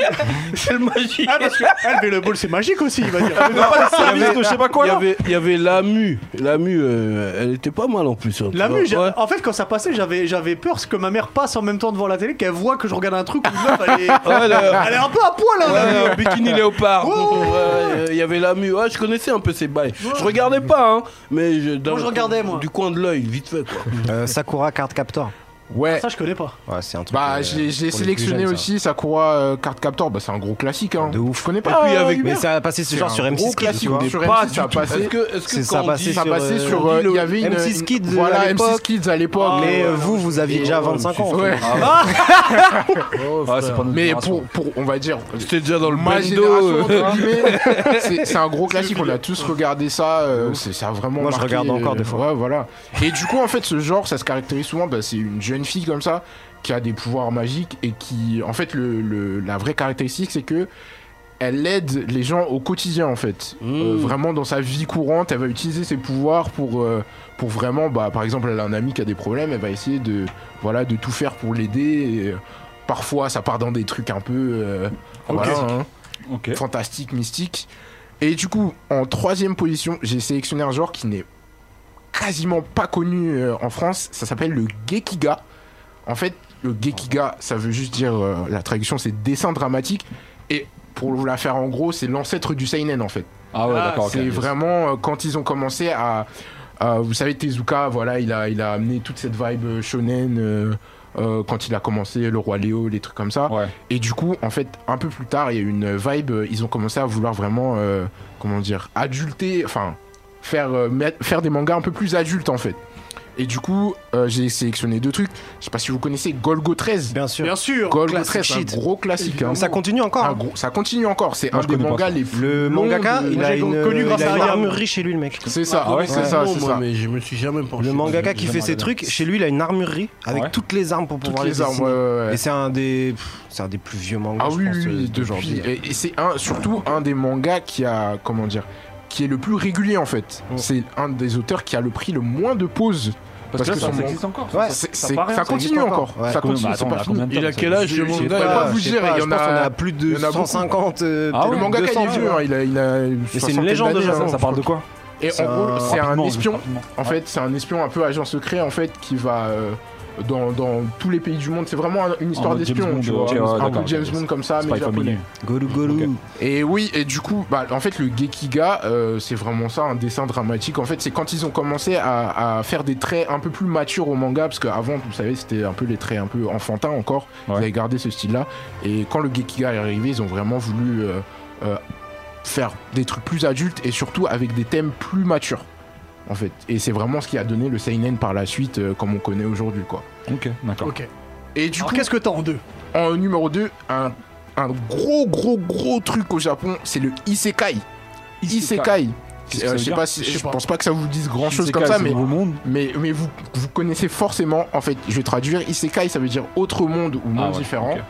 C: Quel magie.
A: Ah, parce que elle, mais le ball, c'est magique aussi, il va dire.
B: de je sais pas quoi
C: Il y
B: là.
C: avait, il y avait Lamu. Lamu, euh, elle était pas mal en plus. hein, tu
A: La
C: vois.
A: mue, j'ai-
C: Ouais.
A: en fait, quand ça passait, j'avais, j'avais peur parce que ma mère passe en même temps devant la télé, qu'elle voit que je regarde un truc où une meuf, elle est,
C: Ouais, là,
A: elle est un peu à poil, hein, la mue.
C: Ouais, bikini léopard.
A: Ouais, ouais,
C: Ouais, euh, Il y avait la mue. Ouais, je connaissais un peu ces bails. Je regardais pas, hein. Mais je, dans
A: Moi, je
C: le-
A: regardais, moi.
C: Du coin de l'œil, vite fait, quoi.
E: Ah,
D: Euh, Sakura Card Captor.
E: Ouais.
A: Ça, je connais pas.
D: Ouais, c'est un truc.
E: Bah,
D: euh,
E: je l'ai- je l'ai
D: pour les plus
E: sélectionné
D: jeunes, ça.
E: aussi, Sakura euh, Card Captor, bah c'est un gros classique hein.
D: De ouf.
E: Je connais
C: Et
E: pas.
C: puis
A: Ah,
C: avec-
E: Hubert.
D: Mais ça a passé ce genre sur
E: gros
D: M6 Kids,
E: classique
D: tu vois.
E: des-
C: Sur M6
E: Pas du
C: Kids,
E: tout.
C: Est-ce que, est-ce que
D: C'est ça,
C: quand on
D: passé
C: dit-
E: ça
D: sur,
E: passait
D: euh,
E: sur
C: on
E: euh,
C: dit
E: il y
C: le
E: avait une
D: M6
E: une-
D: Kids à
E: voilà M6
D: l'époque.
E: Kids à l'époque
D: Mais
E: mais,
D: euh, vous, vous aviez déjà
E: Oh,
D: 25 ans. en
E: Ouais.
D: fait.
B: Ah, c'est pas notre
E: mais
B: génération.
E: pour pour on va dire
C: C'était déjà dans le
E: ma génération
C: bando. euh
E: entre guillemets, euh. [laughs] c'est c'est un gros classique on a tous regardé ça euh, c'est ça a vraiment
D: Moi, je
E: marqué,
D: regarde encore
E: euh,
D: des fois.
E: ouais voilà et du coup en fait ce genre ça se caractérise souvent bah, c'est une jeune fille comme ça qui a des pouvoirs magiques et qui en fait le, le- la vraie caractéristique c'est que elle aide les gens au quotidien en fait. Euh, vraiment dans sa vie courante, elle va utiliser ses pouvoirs pour, euh, pour vraiment, bah, par exemple, elle a un ami qui a des problèmes, elle va essayer de, voilà, de tout faire pour l'aider. et, euh, Parfois, ça part dans des trucs un peu euh, voilà, hein,
B: Ok.
E: fantastiques, mystiques. Et du coup, en troisième position, j'ai sélectionné un genre qui n'est quasiment pas connu euh, en France. Ça s'appelle le Gekiga. En fait, le Gekiga, ça veut juste dire, euh, la traduction, c'est dessin dramatique. Et pour vous la faire en gros, c'est l'ancêtre du Seinen en fait.
B: Ah ouais,
A: Ah,
B: d'accord. ok,
E: C'est
B: yes.
E: vraiment euh, quand ils ont commencé à, à- Ah, vous savez, Tezuka, voilà, il a, il a amené toute cette vibe euh, shonen euh, euh, quand il a commencé le roi Léo, les trucs comme ça.
B: Ouais.
E: Et du coup, en fait, un peu plus tard, il y a eu une vibe, euh, ils ont commencé à vouloir vraiment, euh, comment dire, adulter, enfin, faire, euh, mettre- faire des mangas un peu plus adultes en fait. Et du coup, euh, j'ai sélectionné deux trucs. Je sais pas si vous connaissez Golgo 13.
D: Bien sûr.
A: Bien sûr.
E: Golgo
D: classique
E: 13, c'est un
D: shit.
E: gros classique. hein.
D: Donc ça continue encore.
E: Un
D: hein.
E: gros- ça continue encore. C'est
B: Moi,
E: un
B: je
E: des
B: connais pas
E: mangas
B: ça.
E: les plus
D: Le
E: longs
D: mangaka,
E: de-
D: il
A: Moi,
D: a
A: j'ai donc
D: une, euh,
A: connu
D: il
A: grâce
D: a
A: à
D: une
A: Ayam.
D: armurerie chez lui, le mec.
E: C'est ça,
B: Ah ouais,
E: c'est
B: ouais.
E: ça,
C: Non,
E: c'est
C: moi,
E: ça.
C: mais je me suis jamais penché.
D: Le
C: sur-
D: mangaka qui
C: j'ai
D: fait
C: jamais
D: ses trucs, chez lui, il a une armurerie avec
B: Ouais.
D: toutes les armes pour pouvoir
E: Toutes les armes,
D: dessiner.
E: ouais, ouais, ouais.
D: Et c'est un des, pff, c'est un des plus vieux mangas.
E: Ah
D: je
E: oui,
D: pense,
E: oui,
D: euh,
E: oui,
D: d'aujourd'hui.
E: depuis. Et, et c'est un, surtout un des mangas qui a, comment dire, qui est le plus régulier en fait.
D: Mm.
E: C'est un des auteurs qui a le pris le moins de pauses.
B: Parce que
E: Parce
B: ça
E: que
B: ça
E: son-
B: existe encore.
D: Ouais,
B: ça,
E: C'est-
B: ça
E: c'est-
B: paraît,
E: ça
B: ça
E: continue
B: existe
E: encore.
D: Ouais.
E: Ça continue,
B: Bah,
E: c'est
B: attends,
E: pas
B: on a
E: fini.
B: combien de temps,
C: Il a
B: ça
C: quel âge, le
B: Je- je sais
C: manga
E: Je vais
B: pas.
E: pas
D: Ah,
E: vous
D: je sais
E: dire,
D: pas,
E: il y
D: je
E: en
D: pense qu'on
E: a.
D: a plus
E: il
D: de
E: y en a beaucoup.
D: 150. euh,
B: Ah
D: peut-être.
B: ouais.
E: Le mangaka il est
D: Ouais.
E: vieux, hein, il a, il a une
D: c'est une
E: soixantaine
D: légende
E: d'années,
D: de
E: hein.
D: façon.
B: Ça parle de quoi
E: Et
D: C'est
E: en gros,
D: un-
E: c'est un
B: Rapidement,
E: espion.
B: rapidement.
E: En fait, c'est un espion un peu agent secret en fait qui va euh, dans, dans tous les pays du monde. C'est vraiment un- une histoire
B: mode James
E: d'espion,
B: Bond,
E: tu
B: ouais,
E: vois.
B: ok, ouais,
E: un peu
B: d'accord,
E: James
B: ok,
E: Bond comme ça, mais
B: Spy
E: japonais.
B: Family.
D: Golou Golou.
B: Ok.
E: Et oui, et du coup, bah, en fait, le Gekiga, euh, c'est vraiment ça, un dessin dramatique. En fait, c'est quand ils ont commencé à, à faire des traits un peu plus matures au manga, parce qu'avant, vous savez, c'était un peu les traits un peu enfantins encore.
B: Ouais.
E: Ils avaient gardé ce style-là. Et quand le Gekiga est arrivé, ils ont vraiment voulu euh, euh, faire des trucs plus adultes et surtout avec des thèmes plus matures. En fait, et c'est vraiment ce qui a donné le seinen par la suite, euh, comme on connaît aujourd'hui, quoi.
B: Ok, d'accord.
A: Ok.
E: Et du
A: Alors,
E: coup,
A: qu'est-ce que t'as en deux
E: en numéro 2, un, un gros, gros, gros truc au Japon, c'est le Isekai. Isekai.
B: Qu'est-ce que
E: Euh,
B: ça veut
E: je sais
B: dire
E: pas si-
A: Je sais
E: je
A: pas.
E: pense pas que ça vous dise grand chose
B: C'est
E: comme
B: quoi,
E: ça,
B: c'est
E: mais,
B: le nouveau monde.
E: mais, mais vous, vous connaissez forcément, en fait, je vais traduire Isekai, ça veut dire autre monde ou monde
B: Ah ouais,
E: différent.
B: ok.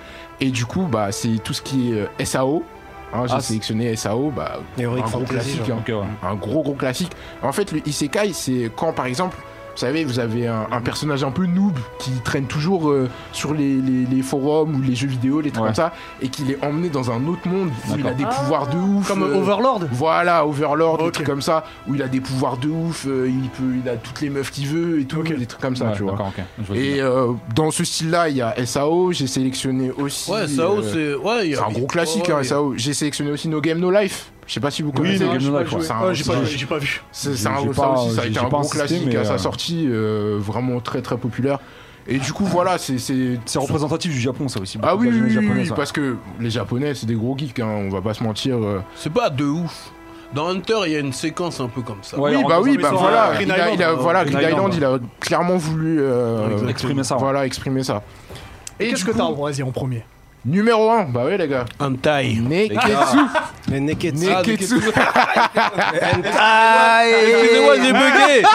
E: Et du coup, bah, c'est tout ce qui est euh, SAO. Hein, J'ai
B: Ah, c'est-
E: sélectionné SAO, bah,
D: Théorique
E: un gros
D: fantasy.
E: classique.
D: genre.
E: hein.
B: Ok, ouais.
E: Un gros gros classique. En fait, le isekai, c'est quand par exemple, vous savez, vous avez un, un personnage un peu noob qui traîne toujours euh, sur les, les- les forums ou les jeux vidéo, les trucs
B: Ouais.
E: comme ça, et qu'il est emmené dans un autre monde où il a
B: D'accord.
E: des
A: Ah.
E: pouvoirs de ouf.
A: Comme
E: euh,
A: Overlord
E: Voilà, Overlord, des
A: Ok.
E: trucs comme ça, où il a des pouvoirs de ouf, euh, il, peut, il a toutes les meufs qu'il veut et tout,
A: Ok.
E: des trucs comme ça,
B: Ouais,
E: tu vois.
B: d'accord, ok. Je vois
E: Et
B: bien.
E: euh, dans ce style-là, il y a SAO, j'ai sélectionné aussi.
C: Ouais, Sao,
E: euh,
C: c'est. Ouais, il y a-
E: c'est un gros classique,
C: Ouais,
E: hein,
C: ouais.
E: SAO. J'ai sélectionné aussi No Game No Life. Je sais pas si vous
B: Oui,
E: connaissez.
B: le Game
A: j'ai
B: No
A: pas
B: Life,
A: joué.
B: ouais.
E: C'est un-
A: Ouais, j'ai
E: c'est
A: pas,
E: un-
A: j'ai j'ai pas vu.
E: C'est
B: J'ai-
E: c'est un,
B: j'ai
E: ça
B: pas-
E: aussi, ça a
B: j'ai- j'ai
E: été un
B: pas
E: gros
B: insisté,
E: classique
B: mais,
E: à sa
B: euh,
E: sortie, euh, vraiment très très populaire. Et du coup, voilà, c'est. c'est-
B: C'est représentatif du Japon, ça aussi.
E: Ah
B: beaucoup
E: oui,
B: de
E: oui,
B: la jeunesse
E: oui,
B: japonaise,
E: oui,
B: ouais.
E: parce que les Japonais, c'est des gros geeks, hein, on va pas se mentir. euh.
C: C'est pas de ouf. Dans Hunter, il y a une séquence un peu comme ça.
B: Ouais,
E: oui,
B: on
E: bah
B: rentre
E: oui,
B: dans
E: bah
A: ils sont à
E: voilà,
A: Green
E: il a, il a-
A: Island,
E: voilà,
B: Green
E: Green Island,
B: Island,
E: il a clairement voulu euh,
B: Exprimer ça. ouais.
E: voilà, exprimer ça.
A: Et qu'est-ce
E: du
A: que
E: coup-
A: t'as Vas-y en premier
E: Numéro 1, bah oui les gars.
C: En taille.
E: Neketsu.
D: Mais Neketsu.
C: Ah,
E: Neketsu.
C: Excusez-moi, j'ai bugué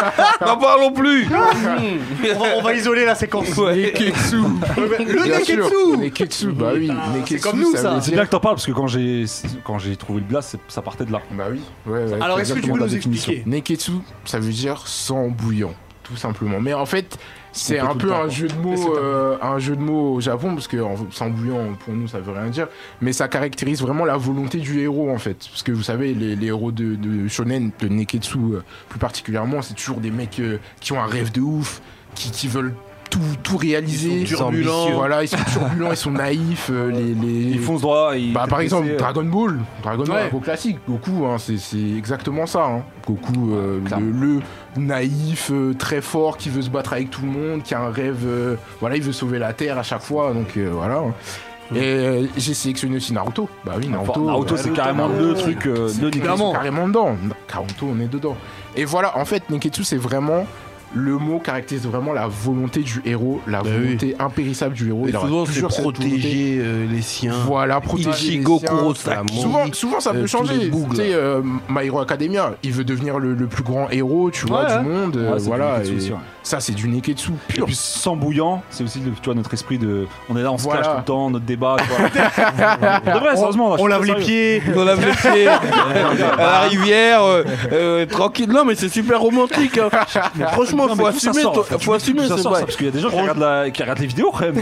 C: N'en parlons plus
A: on va, on va isoler la séquence. [laughs]
E: Neketsu.
A: Le
E: Bien sûr.
A: Neketsu
E: Neketsu, bah oui. Neketsu,
A: comme nous, ça.
E: veut
B: C'est
E: dire-
B: bien que t'en parles parce que quand j'ai quand j'ai trouvé le blast, c'est- ça partait de là.
E: Bah oui. Ouais, ouais,
A: Alors est-ce que tu
B: exactement
A: peux
B: la
A: nous
B: définition.
A: expliquer
E: Neketsu, ça veut dire sans bouillant, tout simplement. Mais en fait, c'est
B: On fait
E: un
B: tout
E: peu
B: le temps,
E: un
B: quoi.
E: jeu de
A: Mais c'est
E: mots, euh, un jeu de mots au Japon, parce que en- sans bouillant pour nous ça veut rien dire. Mais ça caractérise vraiment la volonté du héros en fait, parce que vous savez les, les héros de, de shonen, de Neketsu euh, plus particulièrement, c'est toujours des mecs euh, qui ont un rêve de ouf, qui, qui veulent tout, tout réaliser.
D: Ils sont turbulents.
E: ambitieux. Voilà, ils sont turbulents, ils sont naïfs. euh, les, les-
B: Ils foncent droit. Ils
E: bah, par exemple,
B: euh,
E: Dragon Ball, Dragon Ball,
A: Ouais.
E: Goku classique, Goku, hein, c'est, c'est exactement ça. hein. Goku, euh,
B: clairement.
E: le, le naïf, euh, très fort, qui veut se battre avec tout le monde, qui a un rêve, euh, voilà, il veut sauver la Terre à chaque fois, donc euh, voilà. hein. Et euh, j'ai sélectionné aussi Naruto. Bah oui, Naruto.
B: Naruto, Naruto,
E: ouais,
B: c'est carrément le truc euh, de
E: c'est
B: Niketsu.
E: carrément dedans. Naruto, on est dedans. Et voilà, en fait, Neketsu, c'est vraiment. Le mot caractérise vraiment la volonté du héros, la
C: Bah oui.
E: volonté impérissable du héros.
C: Et
E: Il aura
C: souvent, c'est
E: toujours cette volonté.
C: protéger euh, les siens.
E: Voilà, protéger les
C: Ichigo
E: siens.
C: Kurosaki.
E: Souvent, souvent, ça
C: Euh,
E: peut
C: tous les
E: changer.
C: bougles.
E: Tu sais, euh, My Hero Academia, il veut devenir le, le plus grand héros, tu vois,
A: Ouais, ouais.
E: du monde. euh,
B: Ouais, c'est du
E: voilà,
B: Neketsu
E: et
B: aussi, ouais.
E: ça, c'est du Neketsu
B: Et
E: pur.
B: puis sans bouillant, c'est aussi le- tu vois, notre esprit de. On est là, on se
E: Voilà.
B: clash tout le temps, notre débat. tu [laughs] vois. de vrai, sérieusement. là, je
A: On
B: suis
A: lave
B: très
A: les
B: sérieux.
A: pieds.
C: On lave les pieds à la rivière, euh, euh, tranquille. Non, mais c'est super romantique. hein. Franchement,
B: Non, mais
C: faut
B: d'où ça
C: assumer,
B: sort,
C: ton-
B: en fait
C: faut assumer
B: D'où ça
C: ce
B: sort, ça
C: bail.
B: Parce qu'il y a des gens qui regardent, la- qui regardent les vidéos quand même.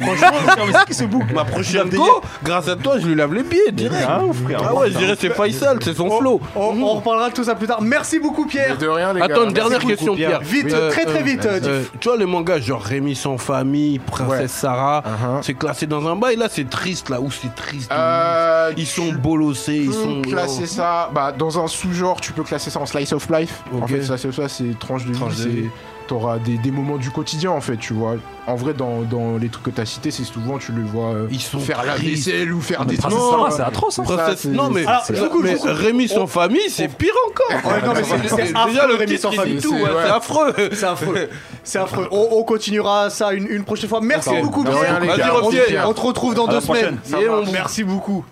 C: qui se boucle Ma prochaine go, grâce à toi, je lui lave les pieds direct.
B: Ah, ouf, frère.
C: Ah ouais, je dirais c'est Faisal, c'est son flow.
A: On, on reparlera de tout ça plus tard. Merci beaucoup
E: Mais
A: Pierre.
E: De rien, les
C: Attends,
E: gars.
C: une dernière
E: Merci
C: question,
E: beaucoup,
C: Pierre.
A: Vite,
C: Euh,
A: très très
C: euh,
A: vite. euh,
C: Euh,
A: dis-
C: tu vois les mangas genre Rémi sans famille, Princesse
E: Ouais.
C: Sarah,
E: Uh-huh.
C: c'est classé dans un bail là, c'est triste là où c'est triste.
E: Euh,
C: ils sont
E: tu
C: bolossés, ils
E: peux
C: sont
E: classer ça bah, dans un sous-genre, tu peux classer ça en slice of life. En
C: Ok.
E: fait, slice of life, c'est tranche de
C: Tranche
E: vie.
C: de vie.
E: c'est- T'auras des, des moments du quotidien, en fait, tu vois. En vrai, dans, dans les trucs que t'as cités, c'est souvent, tu les vois euh,
C: Ils sont
E: faire la
C: tristes.
E: vaisselle ou faire
B: Ah, Mais
E: des
B: Princesse
E: trucs.
B: Sarah, c'est atroce. hein.
E: ça,
C: Princesse-
E: c'est-
C: non mais,
A: Alors,
C: mais-
A: beaucoup,
C: mais
A: beaucoup.
C: Rémi sans famille, c'est pire encore.
A: Ouais, non, mais c'est- c'est affreux,
C: déjà le
A: Rémi
C: titre,
A: sans
C: il dit
A: famille,
C: tout,
E: c'est-
C: ouais,
E: ouais.
C: c'est affreux.
A: C'est affreux. [laughs] C'est affreux. On, on continuera ça une, une prochaine fois. Merci
E: Attends,
A: beaucoup
E: de rien,
A: Pierre.
E: les
A: Vas-y,
E: gars.
A: reviens.
E: Pierre.
A: on te retrouve dans
B: À
A: deux
B: la
A: semaines.
B: prochaine.
A: Ça
C: Et
A: marche.
C: on-
A: Merci beaucoup.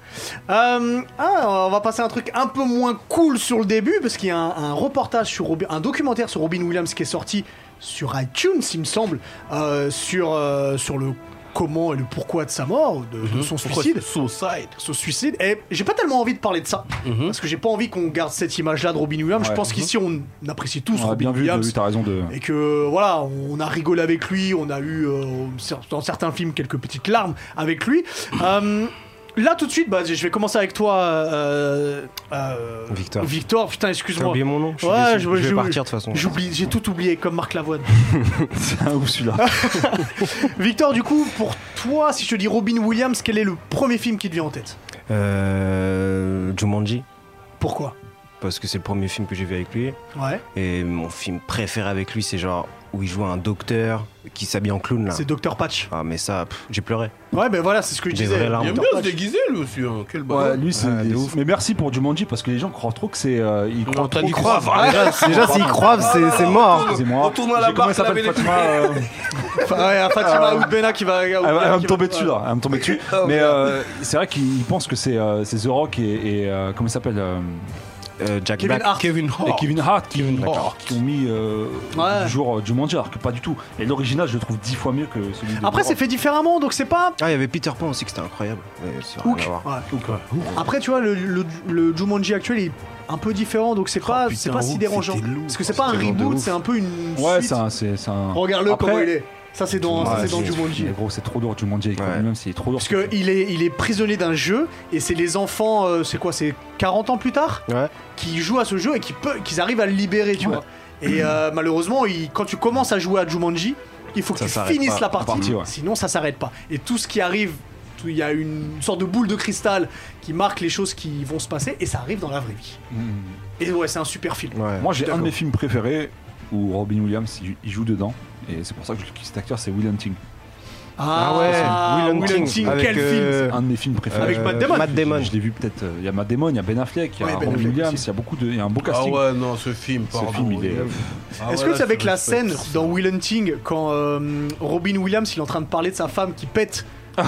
A: Euh, ah, on va passer à un truc un peu moins cool sur le début parce qu'il y a un, un reportage sur Robin, un documentaire sur Robin Williams qui est sorti sur iTunes, il me semble, euh, sur euh, sur le comment et le pourquoi de sa mort, de,
B: Mhm.
A: de son suicide
C: Suicide.
A: ce suicide. Et j'ai pas tellement envie de parler de ça. Parce que j'ai pas envie qu'on garde cette image-là de Robin Williams. Je
B: Mhm. Ouais.
A: pense qu'ici, on apprécie tous
B: On a
A: Robin
B: Ah, bien vu,
A: Williams.
B: oui, t'as raison de.
A: et que voilà, on a rigolé avec lui, on a eu euh, cer- dans certains films quelques petites larmes avec lui. Euh, là tout de suite, bah, je vais commencer avec toi, euh, euh,
D: Victor.
A: Victor, putain,
D: J'ai
A: excuse-moi.
D: oublié mon nom. Je suis
A: Ouais,
D: déçu.
A: je-
D: je
A: je-
D: vais partir de toute façon.
A: J'oublie, j'ai tout oublié comme Marc
D: [laughs]
A: Lavoine.
B: [laughs] C'est un ouf celui-là.
A: Victor, du coup, pour toi, si je te dis Robin Williams, quel est le premier film qui te vient en tête
D: Euh, Jumanji,
A: Pourquoi
D: parce que c'est le premier film que j'ai vu avec lui.
A: Ouais,
D: Et mon film préféré avec lui, c'est genre où il joue un docteur qui s'habille en clown là.
A: c'est Dr Patch.
D: Ah, mais ça, pff, j'ai pleuré.
A: Ouais, ben voilà, c'est ce que je
D: Des
A: disais.
D: vraies larmes.
C: Il
D: Il
C: aime
D: aime
C: bien se déguiser lui aussi, hein. quel
B: [laughs] Ouais,
C: bâtard.
B: lui, c'est
D: Ouais,
B: des
D: de
B: ouf. Mais merci pour Jumanji parce que les gens croient trop que c'est. euh, ils croient trop
C: T'as dit
B: que-
C: croire,
D: Déjà, s'il croit, c'est c'est mort.
B: Ah,
D: hein.
B: Excusez-moi.
C: Retourne à la
B: J'ai- comment
C: barre,
B: elle s'appelle,
C: laver les
B: Fatima, euh,
A: Enfin, ouais, Fatima Oudbena qui va.
B: Ah, Elle va, elle va
A: qui
B: me
A: va-
B: tomber dessus là, elle va me tomber dessus.
A: Oh,
C: Ah,
B: Mais
C: merde.
B: euh, c'est vrai qu'il pense que c'est euh, c'est The Rock et, et, euh, comment il s'appelle euh,
D: Euh, Jack
A: Ah, Kevin
D: Black.
A: Hart.
C: Kevin
B: et
C: Hart.
B: Kevin Hart qui,
C: Kevin
B: d'accord,
C: Hart.
B: qui ont mis euh,
A: Oh. Ouais.
B: du jour du Jumanji alors que pas du tout. Et l'original je le trouve dix fois mieux que celui de
A: Après,
B: The
A: c'est
B: Rock.
A: fait différemment, donc c'est pas.
D: Ah, il y avait Peter Pan aussi, que c'était incroyable. Mais ça n'a rien
A: Hook.
D: à voir.
A: Ouais. Après, tu vois, le, le, le Jumanji actuel est un peu différent, donc c'est pas,
C: putain,
A: c'est pas si
C: Hook,
A: dérangeant.
C: c'était lourd.
A: Parce que c'est pas un
D: C'était lourd de
A: reboot,
D: ouf.
A: c'est un peu une.
B: Ouais,
A: suite.
B: c'est un. c'est- c'est un-
A: Regarde-le
B: Après-
A: comment il est. Ça, c'est dans, ça,
B: Ouais,
A: c'est dans
B: c'est-
A: Jumanji.
B: mais Gros, c'est trop dur Jumanji avec
D: Ouais.
B: lui-même, c'est trop dur.
A: Parce qu'il est, il est prisonnier d'un jeu, et c'est les enfants, euh, c'est quoi, c'est 40 ans plus tard,
D: Ouais.
A: qui jouent à ce jeu et qui, peut, qu'ils arrivent à le libérer, tu vois. Et euh, malheureusement, il- quand tu commences à jouer à Jumanji, il faut que
D: Ça
A: tu
D: s'arrête
A: finisses
D: pas,
A: la partie,
B: partie, ouais.
A: sinon ça s'arrête pas. Et tout ce qui arrive, tout- il y a une sorte de boule de cristal qui marque les choses qui vont se passer, et ça arrive dans la vraie vie. Et ouais, c'est un super film.
D: Ouais.
B: Mm. Moi, j'ai un de
A: D'accord.
B: mes films préférés où Robin Williams il il joue dedans. Et c'est pour ça que je kiffe cet acteur, c'est Will Hunting.
A: Ah,
D: Will Hunting, avec,
A: quel
D: euh,
A: film
B: Un de mes films préférés. Euh,
A: Avec Matt Damon.
D: Matt Damon.
B: Je l'ai vu peut-être. euh, Il y a Matt Damon, il y a Ben Affleck, il y
A: Ouais,
B: a
A: Ben
B: Robin
A: Affleck
B: Williams,
A: aussi.
B: il y a beaucoup de. Il y a un beau
C: Ah
B: casting.
C: ouais, non, ce film,
B: Ce
C: pardon.
B: film, il est.
C: Ah
A: Est-ce
C: ouais,
A: que
C: là,
A: c'est avec
C: je
A: la
C: respecte
A: scène
C: ça.
A: dans Will Hunting quand euh, Robin Williams il est en train de parler de sa femme qui pète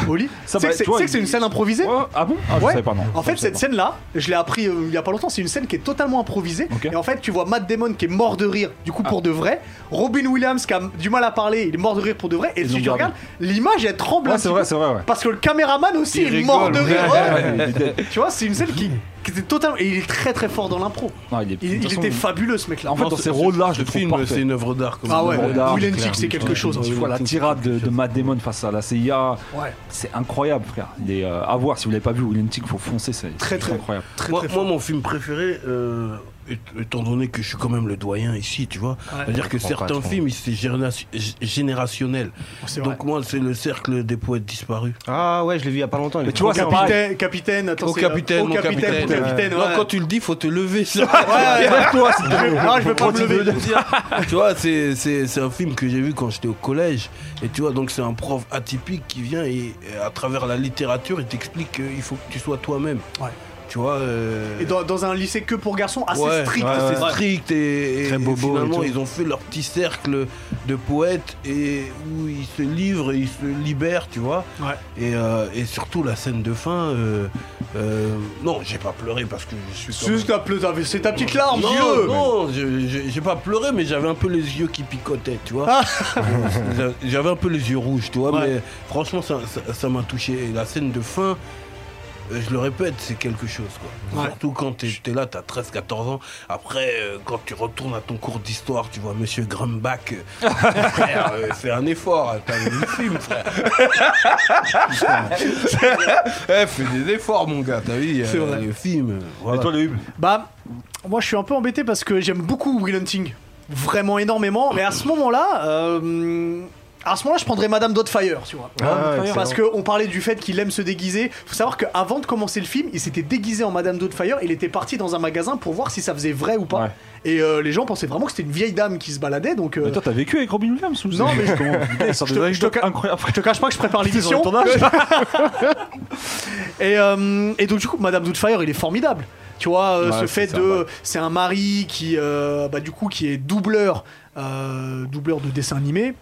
A: au lit.
B: Ça,
A: Tu sais
B: bah,
A: que c'est-
B: tu vois,
A: tu sais que c'est
B: il-
A: une scène improvisée
B: Ouais, ah bon Ah, je
A: Ouais.
B: savais pas, non.
A: En fait,
B: Je savais
A: cette
B: pas.
A: scène-là, je l'ai appris euh, il y a pas longtemps, c'est une scène qui est totalement improvisée.
B: Ok. Ah.
A: Et en fait, tu vois Matt Damon qui est mort de rire, du coup, pour de vrai. Robin Williams qui a du mal à parler, il est mort de rire pour de vrai. Et
B: Ils
A: si
B: ont
A: tu
B: gardé.
A: regardes, l'image, elle tremble un
B: Ouais, c'est
A: petit
B: vrai,
A: peu.
B: c'est vrai, ouais.
A: Parce que le caméraman aussi
C: Il
A: est mort de
C: rigole,
A: rire.
B: ouais,
A: Ouais.
B: ouais, il était-
A: tu vois, c'est une scène qui, qui était totalement. Et il est très très fort dans l'impro.
B: non, il est- de
A: Il, il
B: toute façon,
A: était fabuleux ce mec-là.
B: En fait,
C: Non,
B: dans
C: ce-
B: ces
C: ce-
B: rôles-là,
C: ce
B: je le trouve
C: film,
B: parfait.
C: c'est une œuvre d'art. comme
A: Ah
C: on
A: ouais,
C: dit.
B: Will and
A: Will and
C: clair.
A: Chick, c'est quelque chose. hein.
B: Tu vois la tirade de, de Matt Damon face à la CIA,
A: Ouais.
B: c'est incroyable, frère. Il est euh, à voir si vous l'avez pas vu, Willentic, faut foncer, c'est
A: Très,
B: c'est
A: très-
B: incroyable.
A: Très
C: Moi,
A: très
C: moi,
A: fort.
C: mon film préféré, euh, et- étant donné que je suis quand même le doyen ici, tu vois,
A: Ouais.
C: c'est-à-dire que
D: Je comprends pas
C: certains
D: trop.
C: films, c'est généra- g- générationnel.
A: Oh, C'est vrai.
C: Donc moi, c'est le cercle des poètes disparus.
D: Ah ouais, je l'ai vu il y a pas longtemps. il est
B: tu vois,
A: Au
B: c'est
A: capitaine, capitaine, attends,
C: Au
A: c'est, euh,
C: capitaine,
A: au
C: mon
A: capitaine,
C: capitaine.
A: mon capitaine,
C: Non,
A: ouais.
C: quand tu le dis, faut te lever. ça. [laughs]
A: Ouais, ouais. Je vais- non, je vais pas me lever.
C: tu vois, c'est- c'est c'est un film que j'ai vu quand j'étais au collège. Et tu vois, donc c'est un prof atypique qui vient et, et à travers la littérature, il t'explique qu'il faut que tu sois toi-même.
A: Ouais.
C: Tu vois. euh,
A: Et dans, dans un lycée que pour garçons, assez
C: ouais,
A: strict.
C: ouais,
A: assez
C: assez
A: strict.
C: strict et, et-
D: Très
C: et
D: bobo et
C: finalement
D: tout.
C: ils ont fait leur petit cercle de poètes et où ils se livrent et ils se libèrent, tu vois.
A: Ouais.
C: Et, euh, et surtout la scène de fin. euh, euh, non, j'ai pas pleuré parce que je suis.
A: C'est
C: quand même-
A: juste la ple- c'est ta petite larme,
C: non,
A: Dieu
C: non, je- je- j'ai pas pleuré, mais j'avais un peu les yeux qui picotaient, tu vois. [laughs] J'a- j'avais un peu les yeux rouges, tu vois,
A: Ah. Ouais.
C: mais franchement, ça ça- ça m'a touché. Et la scène de fin, euh, je le répète, c'est quelque chose, quoi.
A: Ouais.
C: Surtout quand t'es t'es là, t'as 13-14 ans. Après, euh, quand tu retournes à ton cours d'histoire, tu vois Monsieur Grumbach,
A: [laughs]
C: euh, frère, euh, fais un effort, hein, t'as vu le film, frère. Eh, fais des efforts, mon gars, t'as vu,
A: C'est
C: euh,
A: vrai.
C: le film. euh,
B: Et
C: voilà.
B: toi, le Hub
A: Bah, moi je suis un peu embêté parce que j'aime beaucoup Will Hunting. Vraiment énormément. Mais à ce moment-là, euh, à ce moment-là, je prendrais Madame Dotfire, tu vois.
E: Ah, ouais,
A: Parce qu'on parlait du fait qu'il aime se déguiser. Faut savoir qu'avant de commencer le film, il s'était déguisé en Madame Doubtfire. Il était parti dans un magasin pour voir si ça faisait vrai ou pas.
B: Ouais.
A: Et euh, les gens pensaient vraiment que c'était une vieille dame qui se baladait. Donc, euh,
B: Mais toi, t'as vécu avec Robin Williams ou
A: Non, mais je-
B: je
A: te- je te ca-
B: incroyable.
A: je te cache pas que je prépare l'émission.
B: sur le
A: [laughs] et, euh, et donc, du coup, Madame Doubtfire, il est formidable. Tu vois, euh,
E: Ouais,
A: ce
E: c'est
A: fait
E: ça,
A: de.
E: ouais.
A: C'est un mari qui, euh, bah, du coup, qui est doubleur, euh, doubleur de dessin animé.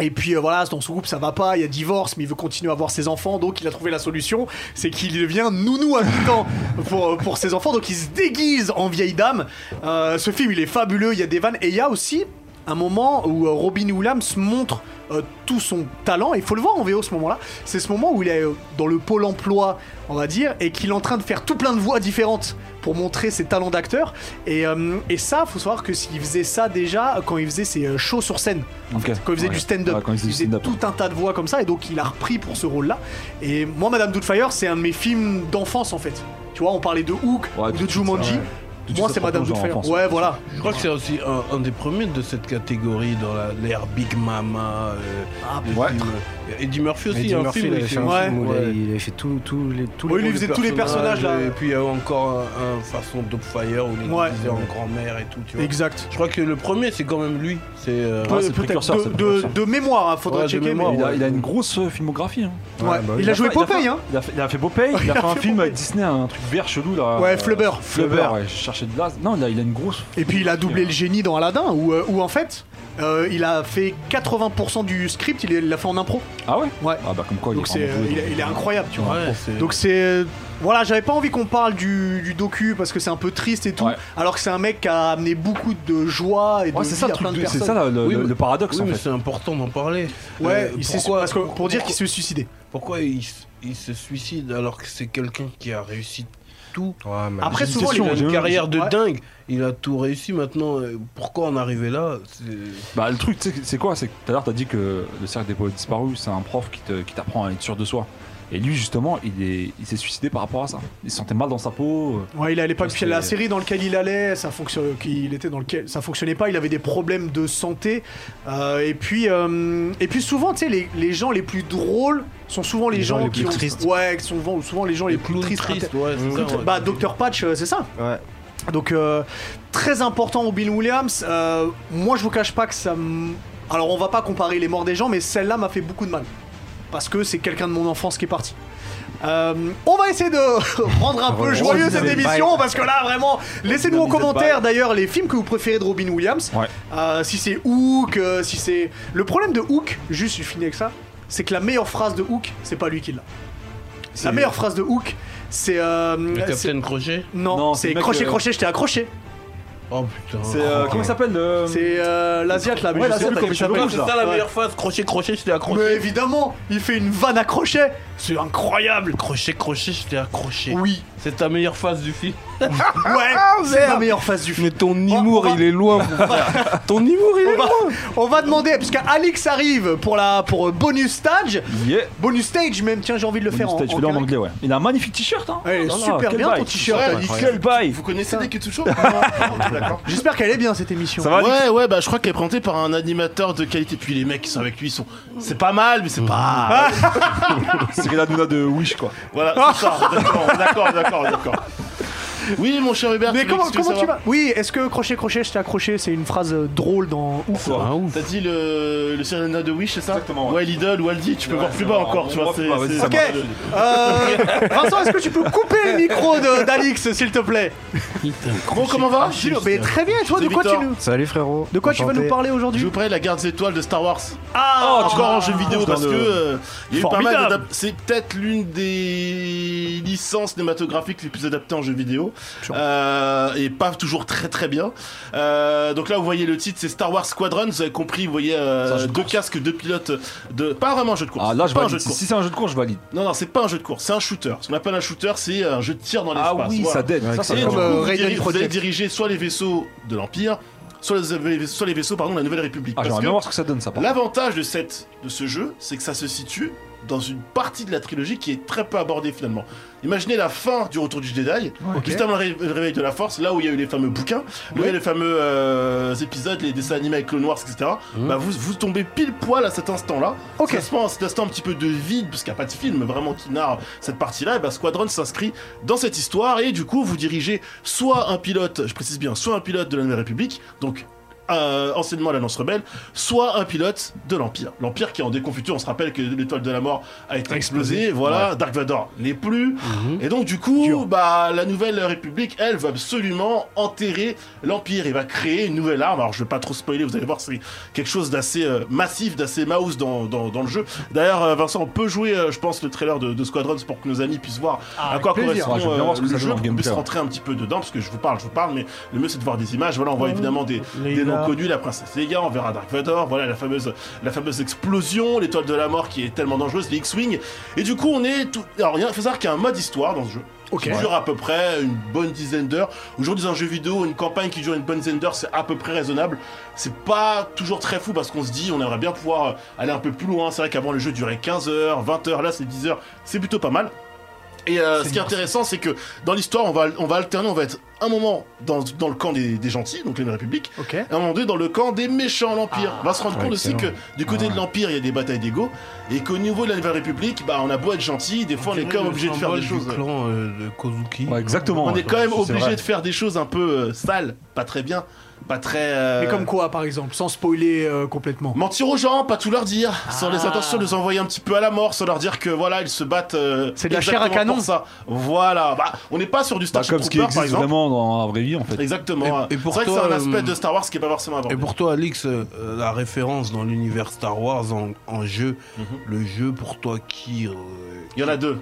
A: Et puis euh, voilà, dans son groupe ça va pas, il y a divorce, mais il veut continuer à voir ses enfants, donc il a trouvé la solution, c'est qu'il devient nounou à tout temps pour, euh, pour ses enfants, donc il se déguise en vieille dame. Euh, ce film il est fabuleux, il y a des vannes, et il y a aussi un moment où euh, Robin Williams montre euh, tout son talent, et il faut le voir en VO ce moment-là, c'est ce moment où il est euh, dans le pôle emploi, on va dire, et qu'il est en train de faire tout plein de voix différentes pour montrer ses talents d'acteur, et, euh, et ça, faut savoir que s'il faisait ça déjà quand il faisait ses euh, shows sur scène quand il faisait du stand-up.
B: quand il faisait du stand-up.
A: tout un tas de voix comme ça, et donc il a repris pour ce rôle-là. Et moi, Madame Doubtfire, c'est un de mes films d'enfance en fait. Tu vois, on parlait de Hook
B: Ouais,
A: ou de
B: tout de suite,
A: Jumanji.
B: ouais. Tout de
A: Moi,
B: suite,
A: c'est
B: ça
A: Madame
B: te plonge en
A: Doubtfire.
B: enfance.
A: Ouais, voilà.
C: Je crois que c'est aussi un, un des premiers de cette catégorie dans la- l'ère Big Mama. euh,
A: Ah,
C: les
E: ouais.
C: films. euh, Eddie Murphy aussi,
D: Eddie
C: un
D: Murphy,
C: film.
D: il avait
C: où
D: fait
C: il
D: un
A: Ouais.
D: film où il
C: Ouais.
D: a- il avait fait tous tous les tous
A: Oui,
D: les
A: il
D: rôles
A: faisait
D: de
A: tous les personnages là.
C: Et puis il y avait encore un, un façon Dopfire où il
A: Ouais.
C: était en grand-mère et tout. Tu vois.
A: Exact.
C: Je crois que le premier, c'est quand même lui. C'est euh,
B: Ouais, c'est
A: Peut-être
B: précurseur,
A: de-
B: c'est
A: de,
B: précurseur.
A: de mémoire, hein, faudrait
C: Ouais, de
A: checker. mais-
C: mémoire,
B: Il a,
C: ouais.
B: il a une grosse euh, filmographie. hein.
A: Ouais. il, a joué
B: fait-
A: Popeye,
B: fait-
A: hein.
B: Il a fait, il a fait Popeye, il a fait un
A: fait
B: film
A: Popeye.
B: avec Disney, un truc vert chelou là.
A: Ouais,
B: Euh,
A: Flubber.
B: Flubber, ouais, je cherchais de là. Non, il a, il a une grosse.
A: Et puis il a doublé le génie dans Aladdin, où, euh, où en fait, euh, il a fait 80% du script, il l'a fait en impro.
B: Ah ouais
A: Ouais.
B: Ah bah comme quoi,
A: Donc
B: il
A: c'est, euh,
B: est. vraiment
A: il,
B: doué.
A: est- il est incroyable, tu vois.
C: ouais, c'est-
A: Donc c'est euh, voilà, j'avais pas envie qu'on parle du, du docu parce que c'est un peu triste et tout,
B: Ouais. alors
A: alors que c'est un mec qui a amené beaucoup de joie et de
B: Ouais, c'est ça
A: vie
B: le
A: à plein
B: truc,
A: de
B: de- c'est
A: personnes.
B: ça là, le,
C: Oui,
B: le-
C: mais-
B: le paradoxe
C: oui,
B: en
C: mais
B: fait.
C: c'est important d'en parler.
A: Ouais,
C: Euh,
A: il s'est- parce que- pour dire qu'il se suicidait.
C: pourquoi il, s- il se suicide alors que c'est quelqu'un qui a réussi tout
D: Ouais, mais-
A: Après
B: une
A: souvent
B: question,
A: les-
C: Il a
B: j'ai-
C: une carrière de
A: Ouais.
C: dingue. Il a tout réussi maintenant. euh, Pourquoi en arriver là C'est-
B: Bah le truc, tu sais, c'est quoi C'est que tout à l'heure t'as dit que le cercle des poètes disparus, c'est un prof qui te- qui t'apprend à être sûr de soi. Et lui justement, il est, il s'est suicidé par rapport à ça. Il se sentait mal dans sa peau. euh.
A: Ouais, il allait pas.
B: Parce
A: Puis
B: que-
A: la série dans laquelle il allait, ça fonctionnait. Qu'il était dans lequel ça fonctionnait pas. Il avait des problèmes de santé. Euh, et puis, euh, et puis souvent, tu sais, les, les gens les plus drôles sont souvent les,
D: Les gens
A: gens,
D: les
A: qui
D: plus
A: ont-
D: tristes.
A: Ouais, souvent, souvent les gens les,
C: Les
A: plus
C: clowns
A: tristes.
C: tristes, ouais, c'est ça, ouais.
A: Bah, Dr Patch, euh, c'est ça.
D: Ouais.
A: Donc euh, très important Robin Williams. Euh, moi je vous cache pas que ça. m- Alors on va pas comparer les morts des gens, mais celle-là m'a fait beaucoup de mal parce que c'est quelqu'un de mon enfance qui est parti. Euh, on va essayer de [laughs] rendre un peu joyeux cette émission parce que là vraiment laissez-nous en commentaire d'ailleurs les films que vous préférez de Robin Williams
B: Ouais.
A: Euh, si c'est Hook euh, si c'est le problème de Hook juste je finis avec ça c'est que la meilleure phrase de Hook, c'est pas lui qui l'a. La meilleure phrase de Hook, c'est. euh,
C: Le
A: c'est-
C: Capitaine Crochet
A: non,
B: Non, c'est
A: c'est
B: le mec,
A: crochet,
B: euh,
A: crochet, je t'ai accroché.
C: Oh putain.
B: C'est. euh, comment il s'appelle le.
A: C'est euh, l'Asiate là, mais
B: Ouais,
A: je sais
B: l'Asiate,
A: pas
B: comme
A: comment il
B: cheveux
A: s'appelle.
B: rouges, là.
C: C'est ça la
A: Ouais.
C: meilleure phrase, crochet, crochet, je t'ai accroché.
A: Mais évidemment, il fait une vanne à crochet. C'est incroyable.
C: Crochet, crochet, je t'ai accroché.
B: [laughs]
A: Oui.
C: C'est ta meilleure phase du film.
A: Ouais,
B: Ah,
A: c'est la meilleure phase du film.
C: Mais ton
A: humour, il
C: est loin. ton humour, il
A: On va, on va demander, parce qu'Alix arrive pour la pour euh, bonus stage.
B: Yeah.
A: Bonus stage même, tiens j'ai envie de le faire
B: Bonus
A: en,
B: stage,
A: en
B: fais-le en
A: carré.
B: anglais, ouais. Il a un magnifique t-shirt, hein.
A: Ouais, il est
B: Oh là là,
A: super
B: quel
A: bien, ton
B: bail.
A: t-shirt,
B: Ouais, Quel bail. [laughs]
F: Vous connaissez les
C: [laughs]
F: Ketsucho D'accord.
A: J'espère qu'elle est bien cette émission.
B: Ça va, Alex
F: Ouais, ouais, bah je crois qu'elle est présentée par un animateur de qualité. Puis les mecs qui sont avec lui ils sont. C'est pas mal, mais
C: [laughs]
F: c'est pas.
B: Cyril Hanouna de Wish, quoi.
F: Voilà,
C: [laughs]
F: c'est ça. D'accord, d'accord, d'accord, d'accord. Oui, mon cher Hubert,
A: Mais
F: tu
A: comment,
F: veux- tu veux
A: comment tu
F: savoir
A: vas Oui, est-ce que crochet crochet je t'ai accroché, c'est une phrase euh, drôle dans ouf.
B: Ouf.
F: T'as dit le, le Serena de Wish, c'est ça
B: Exactement, ouais.
F: Ouais, Lidl ou Aldi, tu peux
B: Ouais,
F: voir plus
B: c'est
F: bas
B: vrai,
F: encore,
B: on
F: tu vois.
B: voit
F: c'est-
B: plus bas, vas-y,
F: c'est-
B: ça
A: Ok. Euh, [laughs] Vincent, est-ce que tu peux couper le micro de- d'Alix s'il te plaît
F: Bon, comment va
A: Gilles, mais très bien, et toi de
F: C'est
A: quoi tu
F: Victor.
A: nous
D: Salut frérot.
A: de quoi tu vas nous parler
F: Je
A: aujourd'hui
F: vous parlais de la garde des étoiles de Star Wars.
A: Ah,
F: encore Oh, en jeu vidéo
B: Putain,
F: parce
B: le-
F: que euh, il y a eu pas mal
A: Formidable.
F: d'adap- C'est peut-être l'une des licences cinématographiques les plus adaptées en jeu vidéo Euh, et pas toujours très très bien. Euh, donc là, vous voyez le titre, c'est Star Wars Squadron. Vous avez compris, vous voyez euh,
B: C'est un jeu de
F: deux
B: course.
F: casques, deux pilotes, de pas vraiment un jeu de course.
B: Ah, là,
F: C'est
B: je
F: pas un
B: valide.
F: jeu de
B: Si
F: course.
B: si c'est un jeu de course, je valide.
F: Non, non, c'est pas un jeu de course, c'est un shooter. Ce qu'on appelle un shooter, c'est un jeu de tir dans l'espace.
B: Ah oui,
F: Voilà.
B: ça dead.
E: Ouais,
B: Ça,
F: Et
B: c'est
F: du
A: comme,
F: coup,
A: euh,
F: vous,
A: Raiden
F: dirigez- vous allez
A: Project.
F: diriger soit les vaisseaux de l'Empire, soit les, soit les vaisseaux pardon, de la Nouvelle République.
B: Ah,
F: Parce
B: j'aimerais
F: que
B: bien voir ce que ça donne, ça. par contre.
F: L'avantage de, cette, de ce jeu, c'est que ça se situe dans une partie de la trilogie qui est très peu abordée finalement. Imaginez la fin du Retour du Jedi, juste avant le, ré- le réveil de la Force, là où il y a eu les fameux bouquins, là où il y a les fameux euh, épisodes, les dessins animés avec Clone Wars, etc. Bah vous, vous tombez pile poil à cet instant-là.
A: Ok.
F: Ça se passe à cet instant un petit peu de vide, parce qu'il n'y a pas de film vraiment qui narre cette partie-là. Et bah Squadron s'inscrit dans cette histoire, et du coup vous dirigez soit un pilote, je précise bien, soit un pilote de la Nouvelle République, donc euh, anciennement la lance rebelle, soit un pilote de l'Empire. L'Empire qui est en déconfiture, on se rappelle que l'étoile de la mort a été explosée, voilà, Dark Vador n'est plus.
B: Mhm.
F: Et donc du coup, bah, la nouvelle République, elle, va absolument enterrer l'Empire et va créer une nouvelle arme. Alors je vais pas trop spoiler, vous allez voir, c'est quelque chose d'assez euh, massif, d'assez mouse dans, dans, dans le jeu. D'ailleurs, euh, Vincent, on peut jouer, euh, je pense, le trailer de, de Squadrons pour que nos amis puissent voir à quoi
A: plaisir.
F: correspond
B: Ah, je veux bien
F: euh,
B: voir ce que
F: le
B: ça donne
F: jeu,
B: en
F: qu'on
B: gameplay,
F: puisse
B: ouais.
F: rentrer un petit peu dedans, parce que je vous parle, je vous parle, mais le mieux c'est de voir des images. Voilà, on
B: Ah,
F: voit évidemment des, des noms connus, la princesse Leia, on verra Dark Vador, voilà la fameuse, la fameuse explosion, l'étoile de la mort qui est tellement dangereuse, les X-Wing. Et du coup, on est tout. Alors, il y a- faut savoir qu'il y a un mode histoire dans ce jeu.
A: Ok.
F: Qui dure à peu près une bonne dizaine d'heures. Aujourd'hui, dans un jeu vidéo, une campagne qui dure une bonne dizaine d'heures, c'est à peu près raisonnable. C'est pas toujours très fou parce qu'on se dit, on aimerait bien pouvoir euh, aller un peu plus loin. C'est vrai qu'avant, le jeu durait 15 heures, 20 heures. Là, c'est 10 heures. C'est plutôt pas mal. Et euh, ce qui est intéressant, c'est que dans l'histoire, on va, on va alterner, on va être un moment dans, dans le camp des, des gentils, donc les République,
A: Ok.
F: et à un moment donné dans le camp des méchants, l'Empire. on va se rendre compte aussi que du côté de l'Empire, il y a des batailles d'ego, et qu'au niveau de la Nouvelle République, bah, on a beau être gentil, des fois on est quand même obligé de faire des choses.
C: Le clan euh, de Kozuki.
B: Ouais, exactement.
F: On est quand même
B: C'est vrai.
F: obligé de faire des choses un peu euh, sales, pas très bien, pas très. euh,
A: Mais comme quoi par exemple, sans spoiler euh, complètement.
F: Mentir aux gens, pas tout leur dire, sans les intentions de les envoyer un petit peu à la mort, sans leur dire que voilà, ils se battent. euh,
A: C'est de la chair à
F: exactement
A: canon.
F: pour ça. Voilà, bah, on n'est pas sur du
B: Bah,
F: Starship
B: comme ce qui
F: Trooper par
B: existe
F: exemple.
B: vraiment dans la vraie vie, en fait.
F: Exactement.
C: Et- et pour
F: c'est vrai
C: toi,
F: que c'est un aspect
C: euh,
F: de Star Wars qui est pas forcément abordé.
C: Et pour toi, Alix, euh, euh, la référence dans l'univers Star Wars en, en jeu, le jeu pour toi qui. euh,
F: Mhm. Il y en a deux.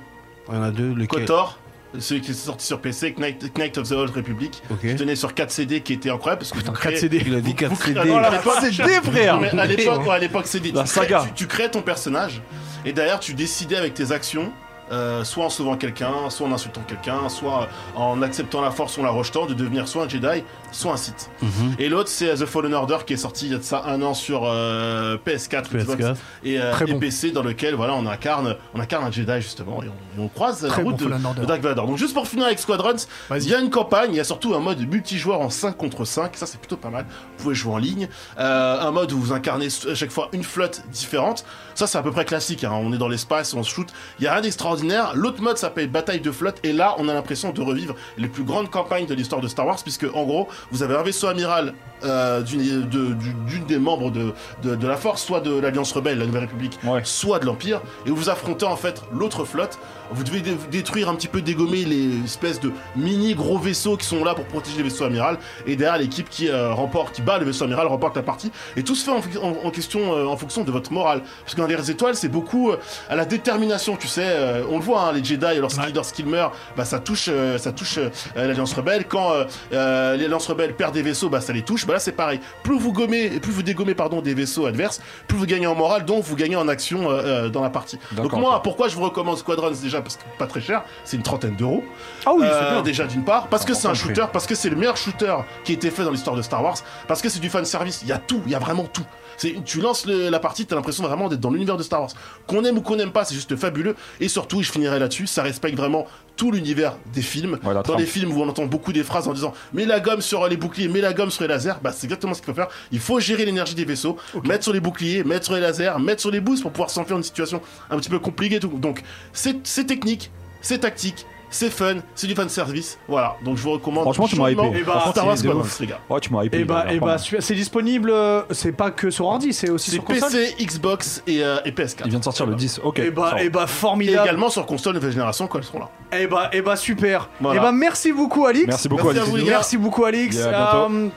C: il y en a deux, lequel
F: Kotor, celui qui est sorti sur PC, Knight, Knight of the Old Republic.
C: Ok.
F: Je tenais sur 4 CD qui était incroyable parce que tu crées-
A: 4 CD.
C: Il a dit 4
F: vous [laughs] crée-
C: CD.
F: Ah non, à l'époque-
B: [laughs] frère
F: Mais hein. à l'époque, ouais, à l'époque, CD.
B: La
F: tu
B: saga.
F: Crées, tu, tu crées ton personnage et derrière tu décidais avec tes actions. euh, soit en sauvant quelqu'un, soit en insultant quelqu'un, soit en acceptant la force ou la rejetant, de devenir soit un Jedi, soit un Sith.
A: Mhm.
F: Et l'autre, c'est The Fallen Order qui est sorti il y a de ça un an sur euh, PS4, Xbox
C: PS4.
F: et, euh,
A: Très
F: et
A: bon.
F: PC dans lequel voilà on incarne on incarne un Jedi justement et on, et on croise
A: Très
F: la route
A: bon
F: de,
A: Fallen Order.
F: de Dark Vador. Donc juste pour finir avec Squadrons,
A: Vas-y.
F: il y a une campagne, il y a surtout un mode multijoueur en 5 contre 5, ça c'est plutôt pas mal. Vous pouvez jouer en ligne, Euh, un mode où vous incarnez à chaque fois une flotte différente. Ça c'est à peu près classique, hein. on est dans l'espace, on se shoot, il y a rien d'extraordinaire. L'autre mode s'appelle Bataille de flotte et là on a l'impression de revivre les plus grandes campagnes de l'histoire de Star Wars puisque en gros Vous avez un vaisseau amiral euh, d'une de- du- d'une des membres de, de, de la force, soit de l'Alliance Rebelle, la Nouvelle République,
B: Ouais.
F: soit de l'Empire, et vous affrontez en fait l'autre flotte. Vous devez dé- détruire un petit peu, dégommer les espèces de mini gros vaisseaux qui sont là pour protéger les vaisseaux amiraux, et derrière l'équipe qui euh, remporte, qui bat le vaisseau amiral remporte la partie. Et tout se fait en, fu- en- en question, euh, en fonction de votre morale, parce que dans les étoiles, c'est beaucoup euh, à la détermination, tu sais. euh, on le voit, hein, les Jedi, lorsqu'ils lorsqu'ils meurent, bah ça touche, euh, ça touche euh, euh, l'Alliance Rebelle. Quand euh, euh, l'Alliance Rebelle perd des vaisseaux, bah ça les touche. Bah là, c'est pareil. Plus vous gommez, et plus vous dégommez pardon des vaisseaux adverses, plus vous gagnez en morale, donc vous gagnez en action euh, euh, dans la partie. Donc
B: D'accord,
F: moi,
B: ok.
F: pourquoi je vous recommande Squadrons déjà parce que pas très cher, c'est une trentaine d'euros.
A: Ah oui,
F: Euh,
A: c'est bien. Ah,
F: déjà d'une part, parce que c'est un
B: Important,
F: shooter, parce que c'est le meilleur shooter qui a été fait dans l'histoire de Star Wars, parce que c'est du fan service. Il y a tout, il y a vraiment tout. C'est, tu lances le- la partie, t'as l'impression vraiment d'être dans l'univers de Star Wars. Qu'on aime ou qu'on n'aime pas, c'est juste fabuleux. Et surtout, et je finirai là-dessus, ça respecte vraiment tout l'univers des films.
B: Ouais, la
F: dans
B: trame.
F: les films où on entend beaucoup des phrases en disant mets la gomme sur les boucliers, mets la gomme sur les lasers, bah c'est exactement ce qu'il faut faire. Il faut gérer l'énergie des vaisseaux, mettre sur les boucliers, mettre sur les lasers, mettre sur les boosts pour pouvoir s'enfuir d'une situation un petit peu compliquée. et Tout. Donc c'est c'est technique, c'est tactique, c'est fun, c'est du fan service. Voilà, donc je vous recommande.
B: Franchement, tu m'as
F: chaudement
B: hypé.
A: Eh bah,
F: Star Wars
B: c'est de
F: Squadrons,
B: ouf.
F: les gars.
B: Ouais, tu m'as hypé.
A: Et
B: il a
A: bah,
B: l'air
A: et
B: pas
A: bah,
B: mal.
A: su- c'est disponible. euh, C'est pas que sur ordi, c'est aussi
F: C'est
A: sur console.
F: PC, Xbox et, euh, et PS4.
B: Il vient de sortir le 10. Ok.
A: Et bah,
B: ça va.
A: et bah,
F: Et
A: formidable.
F: également sur console nouvelle génération quand elles seront là.
A: Et bah, et bah, super.
F: Voilà.
A: Et bah, merci beaucoup, Alix.
B: Merci beaucoup,
F: Merci à
B: Alexis.
F: vous, les gars.
A: Merci beaucoup Alix.
B: Et à bientôt.
A: Euh,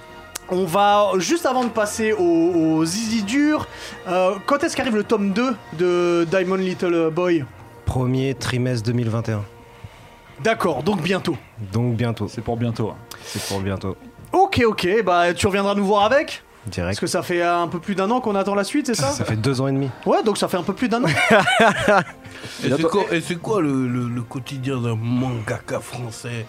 A: on va juste avant de passer au, au zizi dur. euh, quand est-ce qu'arrive le tome 2 de Diamond Little Boy
D: Premier trimestre 2021.
A: D'accord, donc bientôt.
D: Donc bientôt.
B: C'est pour bientôt. hein.
D: C'est pour bientôt.
A: Ok, ok, bah tu reviendras nous voir avec. Parce
D: Direct.
A: que ça fait euh, un peu plus d'un an qu'on attend la suite, c'est ça
D: Ça fait deux ans et demi.
A: Ouais, donc ça fait un peu plus d'un an.
C: Et c'est quoi, et c'est quoi le, le- le quotidien d'un mangaka français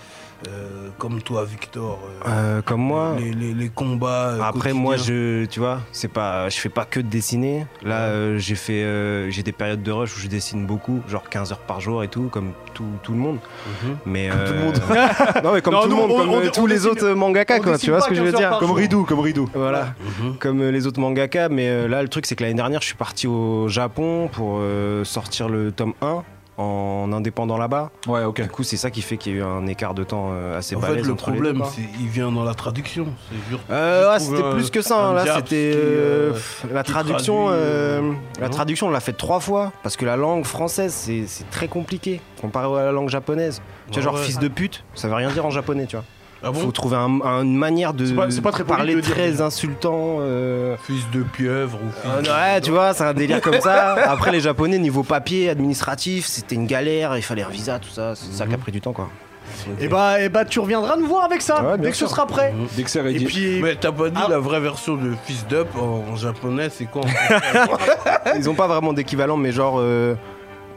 C: euh, comme toi, Victor euh,
D: Euh, comme moi.
C: les, les- les combats. euh,
D: Après moi
C: quotidiens.
D: je tu vois c'est pas je fais pas que de dessiner là euh, j'ai fait euh, j'ai des périodes de rush où je dessine beaucoup genre 15 heures par jour et tout comme tout, tout le monde
A: Mhm.
D: mais comme tout le monde [laughs] non mais comme
A: Non,
D: tout
A: nous,
D: le monde
A: on-
D: comme
A: on-
D: euh,
A: on
D: tous les
A: dessine-
D: autres mangaka
A: on
D: quoi
A: dessine
D: tu vois
A: pas
D: ce que je veux
A: 15 heures
D: dire
A: par
D: comme
A: jour.
D: Ridou comme Ridou voilà
C: Mhm.
D: comme euh, les autres mangaka mais euh, là le truc c'est que l'année dernière je suis parti au Japon pour euh, sortir le tome 1 en indépendant là-bas.
B: Ouais, ok.
D: Du coup, c'est ça qui fait qu'il y a eu un écart de temps euh, assez
C: En fait,
D: balèze
C: le
D: entre les deux,
C: problème,
D: quoi.
C: c'est il vient dans la traduction. C'est dur.
D: Euh,
C: Je
D: ah,
C: trouve,
D: c'était
C: euh,
D: plus que ça. hein.
C: un
D: Là,
C: diable
D: c'était
C: qui,
D: euh,
C: euh,
D: pff, la
C: qui
D: traduction.
C: traduit,
D: euh,
C: euh,
D: la
C: non
D: traduction, on l'a fait trois fois parce que la langue française, c'est c'est très compliqué comparé à la langue japonaise. Tu
C: Ouais,
D: vois, genre
C: ouais.
D: fils de pute, ça veut rien dire en japonais, tu vois.
C: Ah bon
D: Faut trouver un- un- une manière de
A: C'est pas- c'est pas très poli
D: parler
A: de le dire,
D: très
A: déjà.
D: insultant. euh,
C: Fils de pieuvre ou fils
D: euh,
C: de-
D: ouais, tu vois, c'est un délire comme ça. Après, les japonais, niveau papier, administratif, c'était une galère. Il fallait un visa, tout ça. C'est
C: Mhm.
D: ça qui a pris du temps, quoi.
A: et bah, et bah tu reviendras nous voir avec ça
B: Ouais, bien
A: dès que ce
B: sûr.
A: sera prêt.
B: Dès que c'est
A: Et
B: ready.
A: puis
C: Mm-hmm. Mais t'as pas dit
A: Ah.
C: la vraie version de fils d'up en, en japonais, c'est quoi en
D: [laughs]
C: fait
D: Ils ont pas vraiment d'équivalent, mais genre. euh,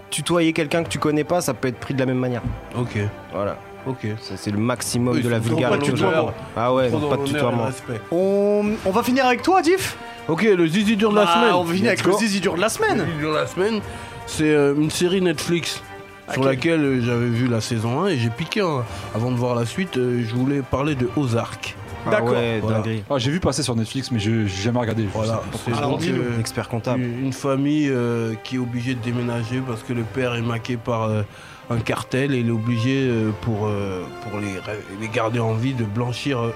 D: Tutoyer quelqu'un que tu connais pas, ça peut être pris de la même manière.
C: Ok,
D: Voilà.
C: ok.
D: Ça, c'est le maximum
C: Oui,
D: de la
C: ils sont
A: pas de
D: vulgarité.
A: tutoiement.
D: Ah ouais,
C: Trop dans
D: pas de
C: l'honneur et le
D: tutoiement.
C: respect.
A: on, on va finir avec toi, Diff.
C: Ok, le zizi dur de la
A: Bah,
C: semaine.
A: On va finir avec
C: Let's
A: le
C: go.
A: zizi dur de la
C: Le
A: semaine.
C: zizi dur de la semaine, c'est euh, une série Netflix sur
A: Ok.
C: laquelle euh, j'avais vu la saison 1 et j'ai piqué. hein. Avant de voir la suite, euh, je voulais parler de Ozark.
D: Ah
A: D'accord.
D: ouais,
C: Voilà.
D: dinguerie.
B: Ah, j'ai vu passer sur Netflix, mais je j'ai jamais regardé. je
C: Voilà,
B: sais pas.
C: c'est
A: Alors,
C: donc,
A: dis-nous.
C: euh,
D: Expert comptable.
C: Une une famille euh, qui est obligée de déménager parce que le père est maqué par euh, un cartel et il est obligé euh, pour, euh, pour les, ra- les garder en vie de blanchir euh,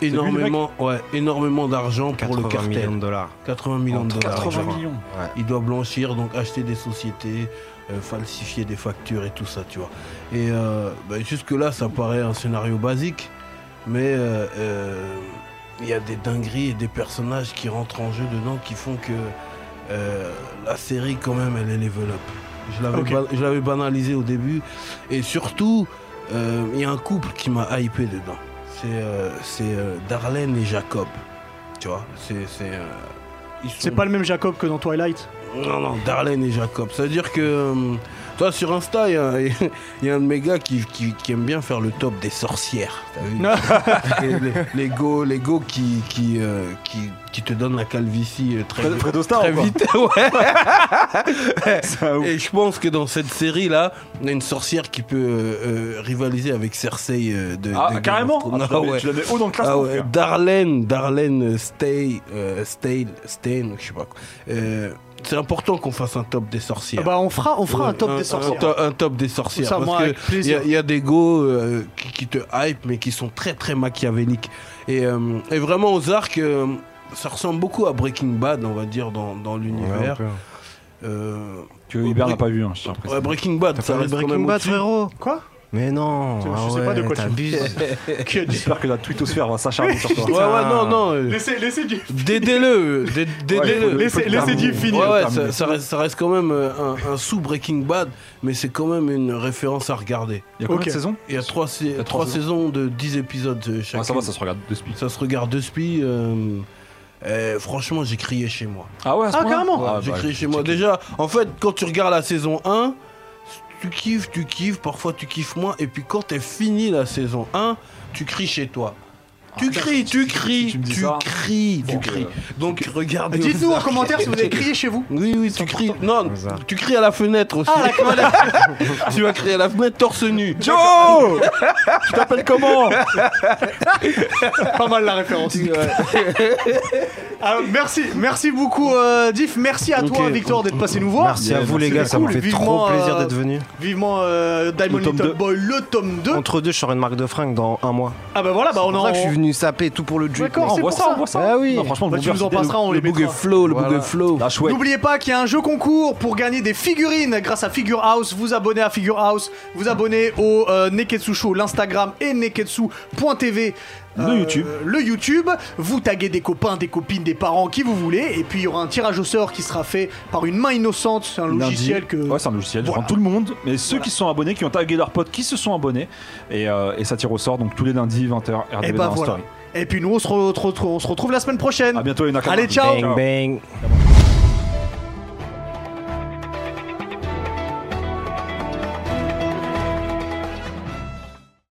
B: lui, le mec
C: énormément, ouais, énormément d'argent pour le
D: 80
C: cartel.
D: millions de dollars.
C: 80 millions de dollars.
D: 80
C: je crois.
B: millions.
C: Il doit blanchir, donc acheter des sociétés, euh, falsifier des factures et tout ça, tu vois. Et euh, bah, jusque-là, ça paraît un scénario basique, mais euh, euh, il y a des dingueries et des personnages qui rentrent en jeu dedans qui font que euh, la série, quand même, elle est level up. Je l'avais
A: Ok.
C: ba- je l'avais banalisé au début, et surtout, euh, il y a un couple qui m'a hypé dedans. C'est euh, c'est, euh, Darlene et Jacob. Tu vois, c'est. C'est euh, ils
A: C'est
C: sont-
A: pas le même Jacob que dans Twilight.
C: non, non, Darlene et Jacob. C'est-à-dire que. euh, Toi, sur Insta, il y a- il y, a un [laughs] de mes gars qui, qui- qui aime bien faire le top [laughs] des sorcières. T'as vu les, les, les go, les go qui, qui, euh, qui qui te donne la calvitie euh, très,
B: Fred- Fredo Starr,
C: très
B: ou quoi
C: vite. [laughs] ouais.
B: [laughs] Ça, ouf.
C: Et je pense que dans cette série-là, on a une sorcière qui peut euh, euh, rivaliser avec Cersei euh, de. de
B: Ah,
C: Game
B: carrément
C: of Thrones.
B: Ah,
C: Ah [laughs] ouais.
B: tu, la mets, tu la mets haut dans le
C: Ah
B: classement.
C: ouais,
B: frère.
C: Darlene, Darlene Stay, euh, Stay, Stein, je sais pas. quoi. Euh, c'est important qu'on fasse un top des sorcières.
A: Ah Bah, on fera, on fera un
C: Ouais,
A: top des sorcières.
C: to- Un, top des sorcières.
A: Ça,
C: parce
A: moi,
C: que
A: avec
C: il y,
A: plaisir.
C: a- il y a des gos euh, qui, qui te hype, mais qui sont très très machiavéliques. Et, euh, et vraiment, aux arcs, euh, ça ressemble beaucoup à Breaking Bad, on va dire, dans, dans l'univers. Euh,
B: Que Hubert n'a pas vu, hein, je tiens à préciser.
C: ouais, Breaking Bad, ça
D: pas vu
C: reste quand
D: Breaking
C: même
D: Bad,
C: au-dessus.
D: frérot
A: Oh, Quoi
D: Mais non
A: Je
D: ah
A: sais pas de
D: ouais,
A: quoi tu me
D: t'abuses.
A: [laughs]
D: [laughs]
A: Que du-
B: J'espère que la twittosphère va s'acharner sur toi. [laughs]
C: Ouais, ouais, non, non. euh,
A: Laissez, laissez du-
C: Dédez-le, dé- dédez-le.
A: laissez-
B: faut-
A: laissez Jim
B: faut-
A: finir.
C: Ouais, ouais, ça, ça reste, ça reste quand même euh, un, un sous Breaking Bad, mais c'est quand même une référence à regarder.
B: Il y a combien
A: Ok.
B: de saisons
C: Il y a trois, sais-
B: y a
C: trois
B: trois
C: saisons de 10 épisodes euh, chacune.
B: Ah, Ça va, ça se regarde de speed.
C: Ça se regarde de spi. euh, euh, franchement, j'ai crié chez moi.
B: Ah ouais, à ce
A: Ah,
B: point-là
A: carrément.
B: Ouais,
C: j'ai
B: bah,
C: crié
B: je-
C: chez moi. Déjà, en fait, quand tu regardes la saison 1, tu kiffes, tu kiffes, parfois tu kiffes moins. Et puis quand t'es fini la saison 1, tu cries chez toi. Tu cries, tu cries,
B: tu me dis
C: tu
B: ça.
C: cries, tu
B: Bon,
C: cries.
B: euh,
C: Donc regarde.
A: Dites-nous en commentaire si vous avez crié chez vous.
C: Oui, oui, tu cries. Non, tu cries à la fenêtre aussi. [laughs] tu vas crier à la fenêtre torse nu.
B: Joe Tu t'appelles comment
A: Pas mal la référence. Alors, Ah, merci, merci beaucoup, euh, Diff. Merci à
C: Ok.
A: toi, Victor, d'être passé nous voir.
D: Merci à
B: Yeah,
D: vous les
A: merci
D: gars, ça me
A: beaucoup.
D: fait
A: Vivement,
D: trop plaisir
A: euh,
D: d'être venu.
A: Vivement euh, Diamond
B: Le tome
A: Little
B: deux.
A: Boy, le tome 2.
D: Entre deux, je sors une marque de fringues dans un mois.
A: Ah bah voilà, bah on
D: C'est pour ça
A: en.
D: que je suis venu saper tout pour le jeu.
A: D'accord, c'est
B: On voit
A: pour
B: ça,
A: ça.
B: on voit ça.
D: Ah oui.
B: Non, franchement,
A: Bah,
B: le
A: tu nous en
B: Booger, c'est
A: passeras, on les
C: Le bougue
A: mettra.
C: flow, le
D: Voilà.
C: bougue flow.
B: La chouette.
A: N'oubliez pas qu'il y a un jeu concours pour gagner des figurines grâce à Figure House. Vous abonnez à Figure House, vous abonnez au euh, Neketsu Show, l'Instagram et neketsu.tv.
B: Le YouTube.
A: euh, Le YouTube. Vous taguez des copains, des copines, des parents, qui vous voulez. Et puis il y aura un tirage au sort qui sera fait par une main innocente. C'est un
B: Lundi.
A: logiciel que.
B: Ouais, c'est un logiciel. Je
A: Voilà.
B: prends tout le monde, mais ceux qui sont abonnés, qui ont tagué leurs potes, qui se sont abonnés, et, euh, et ça tire au sort donc tous les lundis 20h RDV
A: et
B: dans
A: bah
B: la
A: voilà.
B: story.
A: Et puis nous, on se, re- on se retrouve- on se retrouve la semaine prochaine.
B: À bientôt les Nakamas.
A: Allez, ciao.
D: Bang bang.